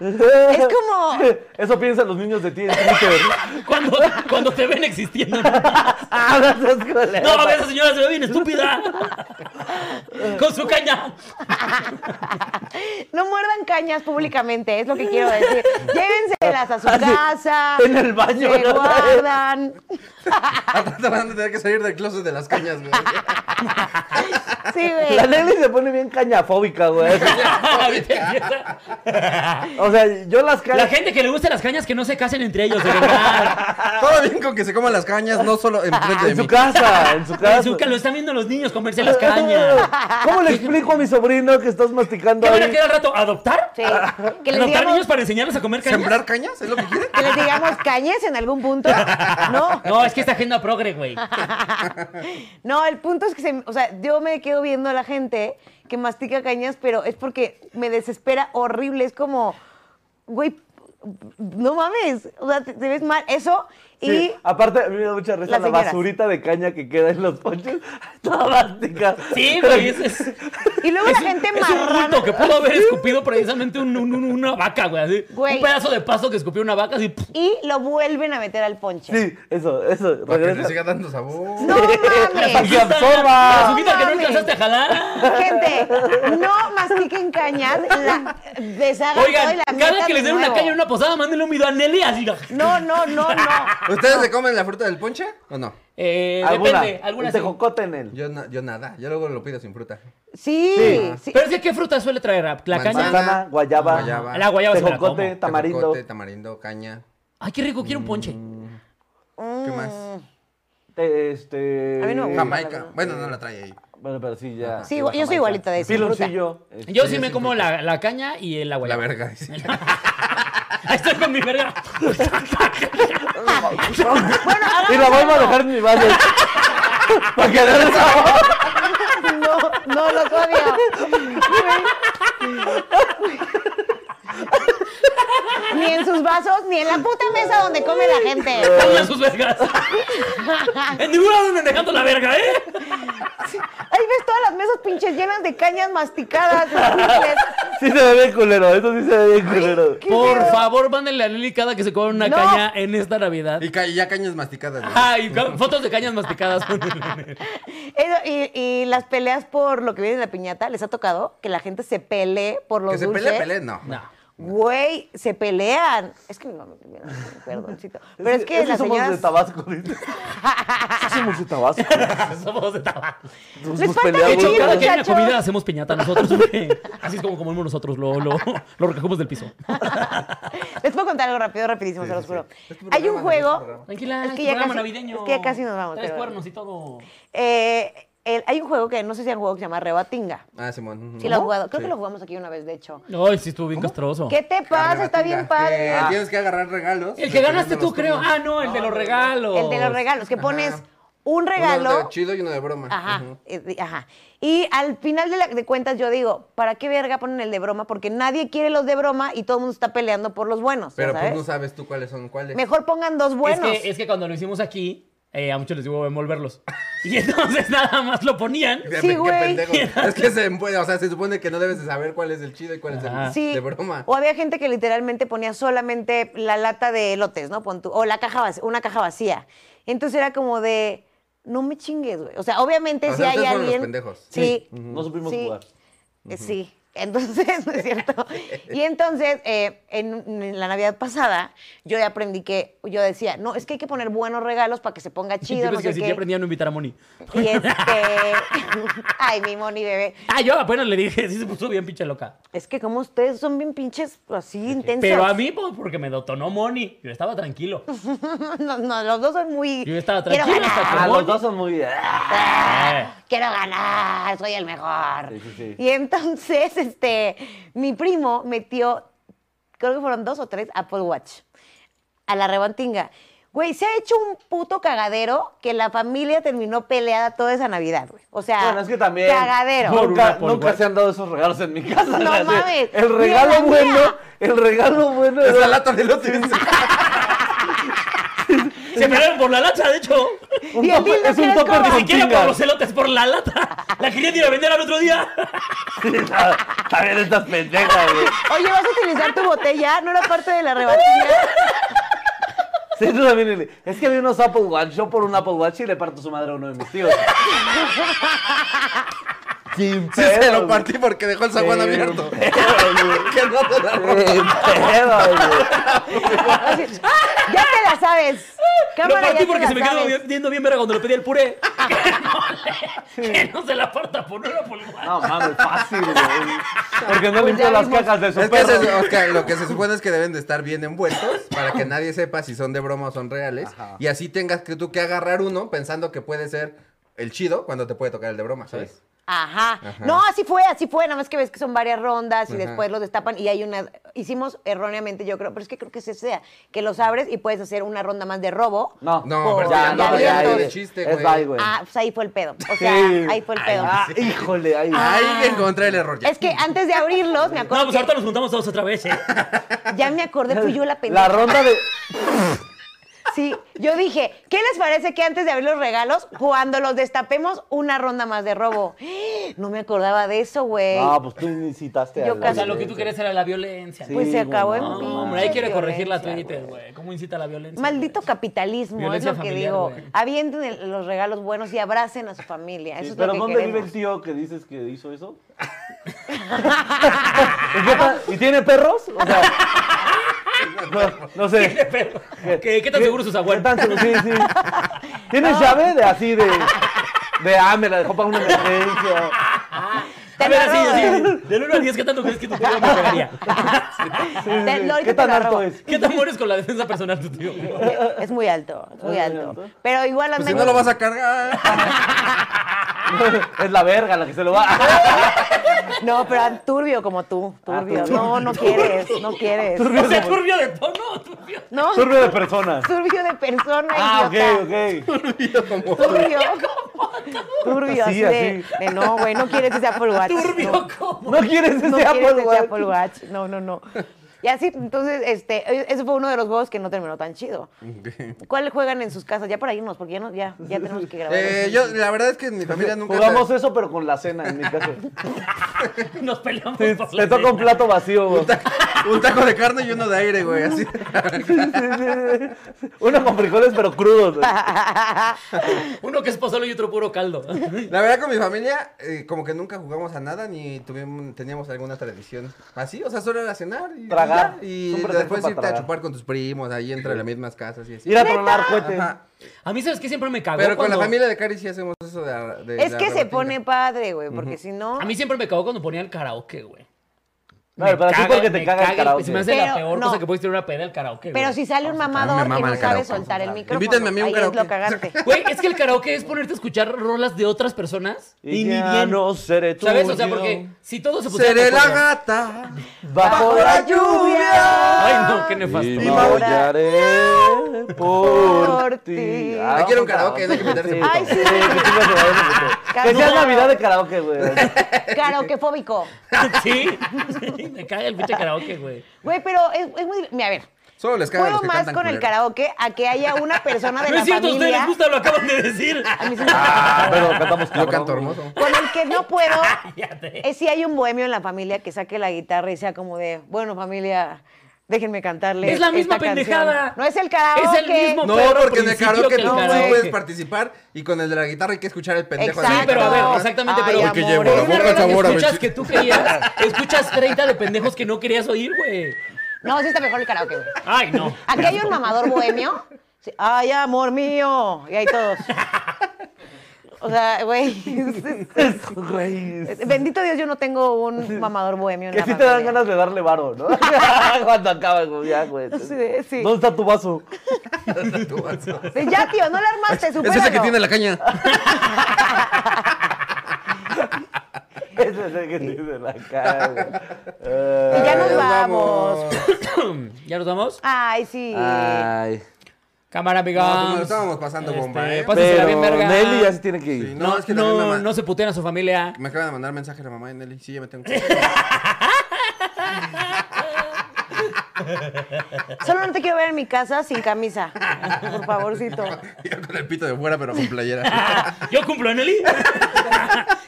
es
como-
Eso piensan los niños de ti en Twitter.
Cuando, cuando te ven existiendo.
ah, no seas culero.
No, mames, esa señora se ve bien estúpida. Con su caña.
no muerdan cañas públicamente, es lo que quiero decir. Llévenselas a su
Ah,
casa.
en el baño,
Se
¿no?
guardan.
Al rato van a tener que salir del closet de las cañas, güey.
Sí,
La
güey.
Nelly se pone bien cañafóbica, güey.
¿Viste? Empieza-
O sea, yo las cañas.
La gente que le gusta las cañas que no se casen entre ellos, de verdad.
Todo bien con que se coman las cañas, no solo enfrente de
En
mí.
su casa, en su casa.
En su ca- lo están viendo los niños comerse las cañas.
¿Cómo le explico a mi sobrino que estás masticando
¿Qué van a
ahí?
quedar al rato? ¿Adoptar?
Sí. Que les
¿Adoptar niños
digamos,
para enseñarles a comer cañas?
¿Sembrar cañas? ¿Es lo que quieren?
que les digamos cañes en algún punto. No.
No, es que esta agenda progre, güey.
No, el punto es que, se- o sea, yo me quedo viendo a la gente que mastica cañas, pero es porque me desespera horrible. Es como, güey, no mames, o sea, te, te ves mal. Eso y
Sí, aparte, a mí me da mucha risa
Las
la
señoras.
basurita de caña que queda en los ponches. Toda masticada.
Sí, güey, es, es,
Y luego
es
la gente
un- Es un
marrana.
bulto que pudo haber escupido precisamente un- un- un- una vaca, güey. así.
Güey.
Un pedazo de pasto que escupió una vaca, así. pff.
y lo vuelven a meter al ponche.
Sí, eso, eso.
Para que le
Regresa.
siga dando sabor.
No
Para que
mames.
absorba.
La azuquita que no
mames.
alcanzaste a jalar.
Gente, no mastiquen cañas, la, deshagan todo y
Oigan,
la
cada
metan
que les
de
den una
nuevo.
caña en una posada, mándenle un video a Nelly así.
No, no, no, no.
¿Ustedes se comen la fruta del ponche o no?
Eh,
Alguna,
depende, alguna
un
sí.
tejocote en él.
Yo, na- yo nada. Yo luego lo pido sin fruta.
Sí,
Sí.
sí.
Pero es que, ¿qué fruta suele traer? ¿La caña?
Manzana, guayaba.
guayaba
La guayaba se la
Tejocote,
como.
tamarindo.
tejocote, tamarindo, caña.
Ay, qué rico, quiero un ponche.
¿Qué más?
Mm.
te- Este.
A mí no me gusta.
Jamaica. Bueno, no la trae ahí.
Bueno, pero sí, ya.
Sí, yo soy igualita de eso,
Piloncillo.
Yo
este,
sí me como la, la caña y el agua.
La verga. dice.
Ahí estoy con mi verga.
Y la vuelvo a dejar en mi vaso. Para que le dé sabor.
No, no los odio. Ni en sus vasos, ni en la puta mesa donde come la gente.
Pongan sus vergas. en ningún lado andan dejando la verga, ¿eh?
Ahí ves todas las mesas pinches llenas de cañas masticadas. escuincles.
Sí se ve bien culero, eso sí se ve bien culero.
¿Qué
Por
feo?
favor, mándenle a Nelly cada que se coma una
No.
caña en esta Navidad.
Y ca- y ya cañas masticadas. güey.
Ah,
Ay, ca- fotos de cañas masticadas.
Eso, y, y las peleas por lo que viene en la piñata, ¿les ha tocado que la gente se pelee por los
Que se
dulces?
pele, pele, no.
no.
Güey, se pelean. Es que no, mira, perdoncito. Pero es que
Esos
las
somos
señoras...
de Tabasco, dice. Sí, somos de Tabasco.
Somos de tabaco.
Nos,
Les
nos
Pues falta
De
peleamos.
hecho,
Sí,
cada que hay una
muchachos.
comida hacemos piñata nosotros. güey. Así es como comemos nosotros, lo, lo, lo recogemos del piso.
Les puedo contar algo rápido, rapidísimo, se los juro.
Es tu
Hay
programa, es tu
un juego.
programa.
Tranquila, es,
Es que
tu
ya
programa
casi-
navideño.
es que ya casi nos vamos,
Tres
pero-
cuernos y todo.
eh, el- hay un juego que no sé si han jugado que se llama Rebatinga.
Ah, Simón.
Sí, lo han jugado. Creo que lo jugamos aquí una vez, de hecho.
Ay, sí, estuvo bien castroso.
¿Qué
Ah,
te pasa? Está bien padre. Ah,
Que Eh, Tienes que agarrar regalos.
El que ganaste tú,
Dependiendo de
creo.
los turnos.
Ah, no, el de los regalos.
El de los regalos, que pones
Ajá.
un
Uno
regalo.
de chido y uno de broma.
Ajá,
Ujú.
eh, di- ajá. Y al final de, la- de cuentas yo digo, ¿para qué verga ponen el de broma? Porque nadie quiere los de broma y todo el mundo está peleando por los buenos. ya
Pero
sabes.
pues no sabes tú cuáles son cuáles.
Mejor pongan dos buenos.
Es que, es que cuando lo hicimos aquí, eh, a muchos les digo envolverlos. Y entonces nada más lo ponían.
Qué-
Sí,
qué
güey.
pendejo. Es que se, puede- o sea, se supone que no debes de saber cuál es el chido y cuál es
Ajá.
el
Sí.
de broma.
O había gente que literalmente ponía solamente la lata de elotes, ¿no? Pon tú- o la caja vac- una caja vacía. Entonces era como de, no me chingues, güey. O sea, obviamente
O
si
sea,
hay
ustedes fueron los
alguien.
pendejos.
Sí.
No supimos
sí,
jugar.
eh, Sí. Entonces, ¿no es cierto? Y entonces, eh, en, en la Navidad pasada, yo ya aprendí que, yo decía, no, es que hay que poner buenos regalos para que se ponga
Yo
chido, no
pensé que
sé
sí,
qué.
ya aprendí a no invitar a Moni.
Y este, ay, mi moni bebé.
Ah, yo apenas le dije, sí se puso bien pinche loca.
Es que como ustedes son bien pinches así intensos.
Pero a mí, pues, porque me detonó Moni. Yo estaba tranquilo.
No, no, los dos son muy.
Yo estaba
Quiero
tranquilo hasta
ganar,
Ah, los dos son muy. "Ah,
Eh.
quiero ganar, soy el mejor.
Sí, sí, sí.
Y entonces, este, mi primo metió, creo que fueron dos o tres Apple Watch a la rebantinga. Güey, se ha hecho un puto cagadero que la familia terminó peleada toda esa Navidad, güey. O sea,
Bueno, es que también.
cagadero.
Por un
Nunca,
Apple
nunca
Watch.
se han dado esos regalos en mi casa.
No
o sea,
mames,
El
ni
regalo
en la
bueno.
mía.
El regalo bueno.
Es
era-
la lata de lotes.
Se pelearon por la lata, de hecho.
un
Y el
tope-
dildo
es
que
un
era
topper
como-
Ni
con
siquiera por los
chingas.
celotes, por la lata. La querían ir a vender al otro día.
También estas pendejas, güey.
Oye, ¿vas a utilizar tu botella? ¿No era parte de la rebantinga?
Sí, tú también. Eli. Es que había unos Apple Watch. Yo por un Apple Watch y le parto su madre a uno de mis tíos. Sin
Sí, se
pedo,
lo
güey.
partí porque dejó el zaguán
Sin
abierto.
pedo,
que no te la
güey.
rompa.
Sin pedo, güey.
Así, ya te la sabes.
Lo
Cámara, ya
partí
te
porque
la
se me quedó
sabes.
bien- viendo bien verga cuando le pedí el puré. Que no, le- que no se la parta por una pulgada.
No mames, fácil, güey. Porque no
Pues
limpió
ya
las
vimos.
cajas de su
Es que
perro.
se- Oscar, lo que se supone es que deben de estar bien envueltos para que nadie sepa si son de broma o son reales. Y así tengas que tú que agarrar uno pensando que puede ser el chido cuando te puede tocar el de broma, ¿sabes?
Ajá.
Ajá.
No, así fue, así fue. Nada más que ves que son varias rondas y
Ajá.
después los destapan y hay una. Hicimos erróneamente, yo creo, pero es que creo que ese sea, que los abres y puedes hacer una ronda más de robo.
No,
No, pero
Por-
ya, no,
ya,
ya,
ya,
ya,
de
ya.
chiste,
Es
güey.
bye, güey.
Ah, pues ahí fue el pedo. O sea,
Sí.
ahí fue el pedo. Ah,
Ah, híjole, ahí.
Ahí encontré el error. ya.
Es que antes de abrirlos, me
No,
acuerdo.
pues ahorita nos juntamos todos otra vez, ¿eh?
que- ya me acordé, fui yo la
La
pendeja.
ronda de.
Sí, yo dije, ¿qué les parece que antes de abrir los regalos, cuando los destapemos, una ronda más de robo? No me acordaba de eso, güey.
No, pues tú incitaste a.
Yo
la
casi-
O sea, lo que tú
violencia.
quieres era la violencia.
Sí,
güey.
pues se
güey,
acabó en
No,
pinche
hombre, ahí quiere corregir la
violencia,
Twitter, güey. ¿Cómo incita a la violencia?
Maldito
güey?
capitalismo,
Violencia
es lo que
familiar,
digo.
güey.
Avienten el- los regalos buenos y abracen a su familia.
Sí,
Eso es
pero
lo que
¿dónde vive el
queremos.
tío que dices que hizo eso? ¿Y, qué tal- y tiene perros? O sea, no, no sé.
Pero, ¿qué, qué tan seguro es su
¿Qué
zaguán?
tan seguro? Sí, sí. ¿Tienes llave de así de. De ah, me la dejó para una emergencia.
Te
A ver,
la
así,
robo.
así. Del 1 al 10, ¿qué tanto crees que tu tío me pegaría?
Te- ahorita
¿Qué
te
tan
la
alto
robo.
es?
¿Qué tan mueres con la defensa personal de tu tío?
Es muy alto, es muy
¿Es muy
alto.
alto?
Pero igual
Pues
andan...
si no lo vas a cargar.
Es la verga la que se lo va.
No, pero an- turbio como tú,
Ah,
turbio.
turbio.
No, no quieres, no quieres.
O sea, turbio de tono, turbio.
No,
Turno de persona.
turbio de persona,
Ah,
idiota.
ok, ok.
Turbio. Turbio,
Así,
así, de,
así.
de no, güey, no quieres ese Apple Watch.
Turbio
no.
como.
¿No quieres ese
no
Apple
quieres ese
Watch?
Apple Watch. No, no, no. Y así, entonces, este, ese fue uno de los juegos que no terminó tan chido. ¿Cuál juegan en sus casas? Ya para irnos, porque ya, no, ya, ya tenemos que grabar.
Eh, yo, la verdad es que en mi familia nunca.
Jugamos eso, pero con la cena en mi casa.
Nos peleamos
Te,
por
te
la
toca un
cena.
plato vacío, güey.
Un taco de carne y uno de aire, güey. Así.
Uno con frijoles, pero crudos. güey.
Uno que es pozole y otro puro caldo.
La verdad, con mi familia, eh, como que nunca jugamos a nada ni tuvimos, teníamos alguna tradición así. O sea, solo era cenar y
Tragar.
Y,
Es un
ya. Y
pretexto
después
para
irte a
tragar.
chupar con tus primos ahí entre las mismas casas y así.
Ir a tronar cohetes.
Ajá.
A mí, ¿sabes qué? Siempre me cagó.
Pero con la
cuando-
familia de Cari sí hacemos eso de. la- de
es
la
que se
rebatinga.
pone padre, güey, porque si no.
A mí siempre me cagó cuando ponían karaoke, güey.
No, pero así porque te
me
caga el karaoke.
Se me hace la
Pero,
peor
no.
cosa que puedes tener una peda el karaoke, güey.
Pero si sale un
a
mamador
mí me
que
mama
no
el
sabe
karaoke.
soltar el micrófono.
Invítenme a mí a un
ahí es lo
karaoke.
cagante.
Güey, es que el karaoke es ponerte a escuchar rolas de otras personas y, ni
ya
bien.
no seré tú.
¿Sabes? O sea, porque si todo se pusiera.
Seré
de
la
acuerdo-
gata.
Bajo la lluvia.
Ay, no, qué nefasto.
Y
ahora-
maullaré por
Por
ti.
ti.
Ah,
Hay que ir a
vamos,
un karaoke,
vamos.
hay que meterse
puto. Ay, sí.
que chingas su madre, puto. Que sea
Cansado.
Navidad de karaoke, güey.
Karaokefóbico.
Sí, sí, me caga el pinche karaoke, güey.
Güey, pero es, es muy. Mira, a ver.
Solo les cagan los
Juego
que
más
cantan
con el
culero.
karaoke a que haya una persona de
No
la
es cierto, a ustedes
familia.
les gusta, lo acaban de decir.
A mí sí me-
Ah, pero cantamos
Yo
cabrón,
canto
güey.
hermoso.
Con el que no puedo
Cállate.
Eh, es si hay un bohemio en la familia que saque la guitarra y sea como de, bueno, familia, Déjenme cantarle.
Es la misma
esta canción.
pendejada.
No es el karaoke.
Es el mismo
No,
perro
porque en el
principio
karaoke
que el
tú
karaoke.
puedes participar y con el de la guitarra hay que escuchar el pendejo.
Exacto.
Sí, pero a ver, exactamente, pero
Ay,
Porque
amor,
llevo la
una
boca
rola
al sabor
que
a
escuchas
ver-
que tú querías, escuchas 30 de pendejos que no querías oír, güey.
No, sí está mejor el karaoke, güey.
Ay, no.
Aquí hay un mamador bohemio. Sí, Ay, amor mío. Y hay todos. O sea, güey. es- es-
Güey.
es- Bendito Dios, yo no tengo un mamador bohemio. en
Que
la
sí te dan
familia.
ganas de darle varo, ¿no? Cuando acabas, güey, ya, güey.
Sí, sí.
¿Dónde está tu vaso?
Sí, ya, tío, no la armaste,
Es
supéralo.
ese que tiene la caña.
Ese es el que tiene la cara, güey. Eh,
Y ya nos vamos.
¿Ya nos vamos?
Ay, sí.
Ay.
Cámara,
No, pues nos
amiga.
lo estábamos pasando bomba, ¿eh?
pasa- Pásensela
Pero
bien, verga.
Nelly ya se tiene que ir.
Sí,
Este, No, no,
es que también
no,
mamá-
se puteen a su familia.
Me acaba de mandar mensaje la mamá de Nelly. Sí, ya me tengo que
Solo no te quiero ver en mi casa sin camisa. Por favorcito.
Yo con el pito de fuera, pero con playera.
Yo cumplo, ¿eh, Nelly.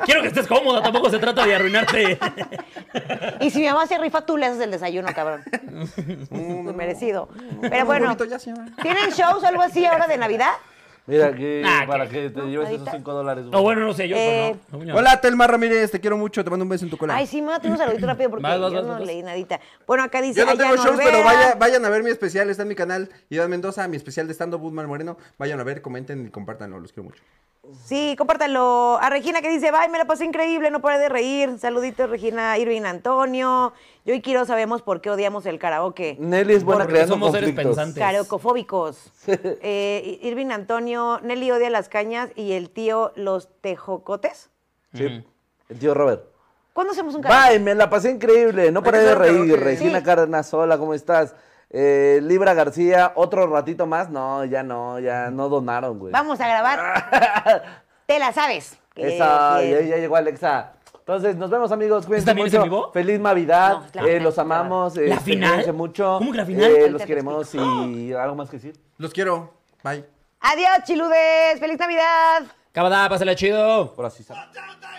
Quiero que estés cómoda, tampoco se trata de arruinarte.
Y si mi mamá se rifa, tú le haces el desayuno, cabrón. Merecido. Pero bueno,
Mm. bonito ya, señora.
¿tienen shows o algo así ahora de Navidad?
Mira, que
Ah,
para
¿qué?
que te lleves
ahorita.
esos 5 dólares. güey.
No, bueno, no sé, yo pues,
Eh,
no. no.
Hola, Telma Ramírez. Te quiero mucho. Te mando un beso en tu cola.
Ay, sí, me voy a tener un saludito rápido porque
Vas, vas,
yo
vas,
no
vas.
leí nadita. Bueno, acá dice.
Yo no
Ayana
tengo shows, pero
Olvera.
vaya, vayan a ver mi especial, está en mi canal, Iván Mendoza, mi especial de Estando Budman Moreno. Vayan a ver, comenten y compártanlo, los quiero mucho.
Sí, compártalo. A Regina que dice, bye, me la pasé increíble, no paré de reír. Saluditos, Regina, Irving, Antonio. Yo y Kiro sabemos por qué odiamos el karaoke.
Mm,
Nelly es buena
Porque
creando
somos seres
conflictos.
pensantes.
Carocofóbicos. Eh, Irving Antonio, Nelly odia las cañas y el tío los tejocotes.
Sí.
Mm.
El tío Robert.
¿Cuándo hacemos un karaoke?
Bye, me la pasé increíble. No paré
que
de
hacer un
reír.
karaoke.
Regina
Sí.
Cárdenas, hola, ¿cómo estás? Eh, Libra García, otro ratito más. No, ya no, ya no donaron, güey.
Vamos a grabar. Te la sabes. Que-
Esa,
que-
ya, ya llegó Alexa. Entonces, nos vemos, amigos. Cuídense
también es
mucho.
en vivo?
Feliz Navidad.
No, es la final,
Eh, los
la
amamos. eh,
¿La final?
cuídense mucho.
¿Cómo que la final?
Eh,
Ahorita
los
te
queremos y algo más que decir.
Los quiero, bye.
Adiós, chiludes. Feliz Navidad.
Cabada, pásale chido.
Por así sabe.
down, down.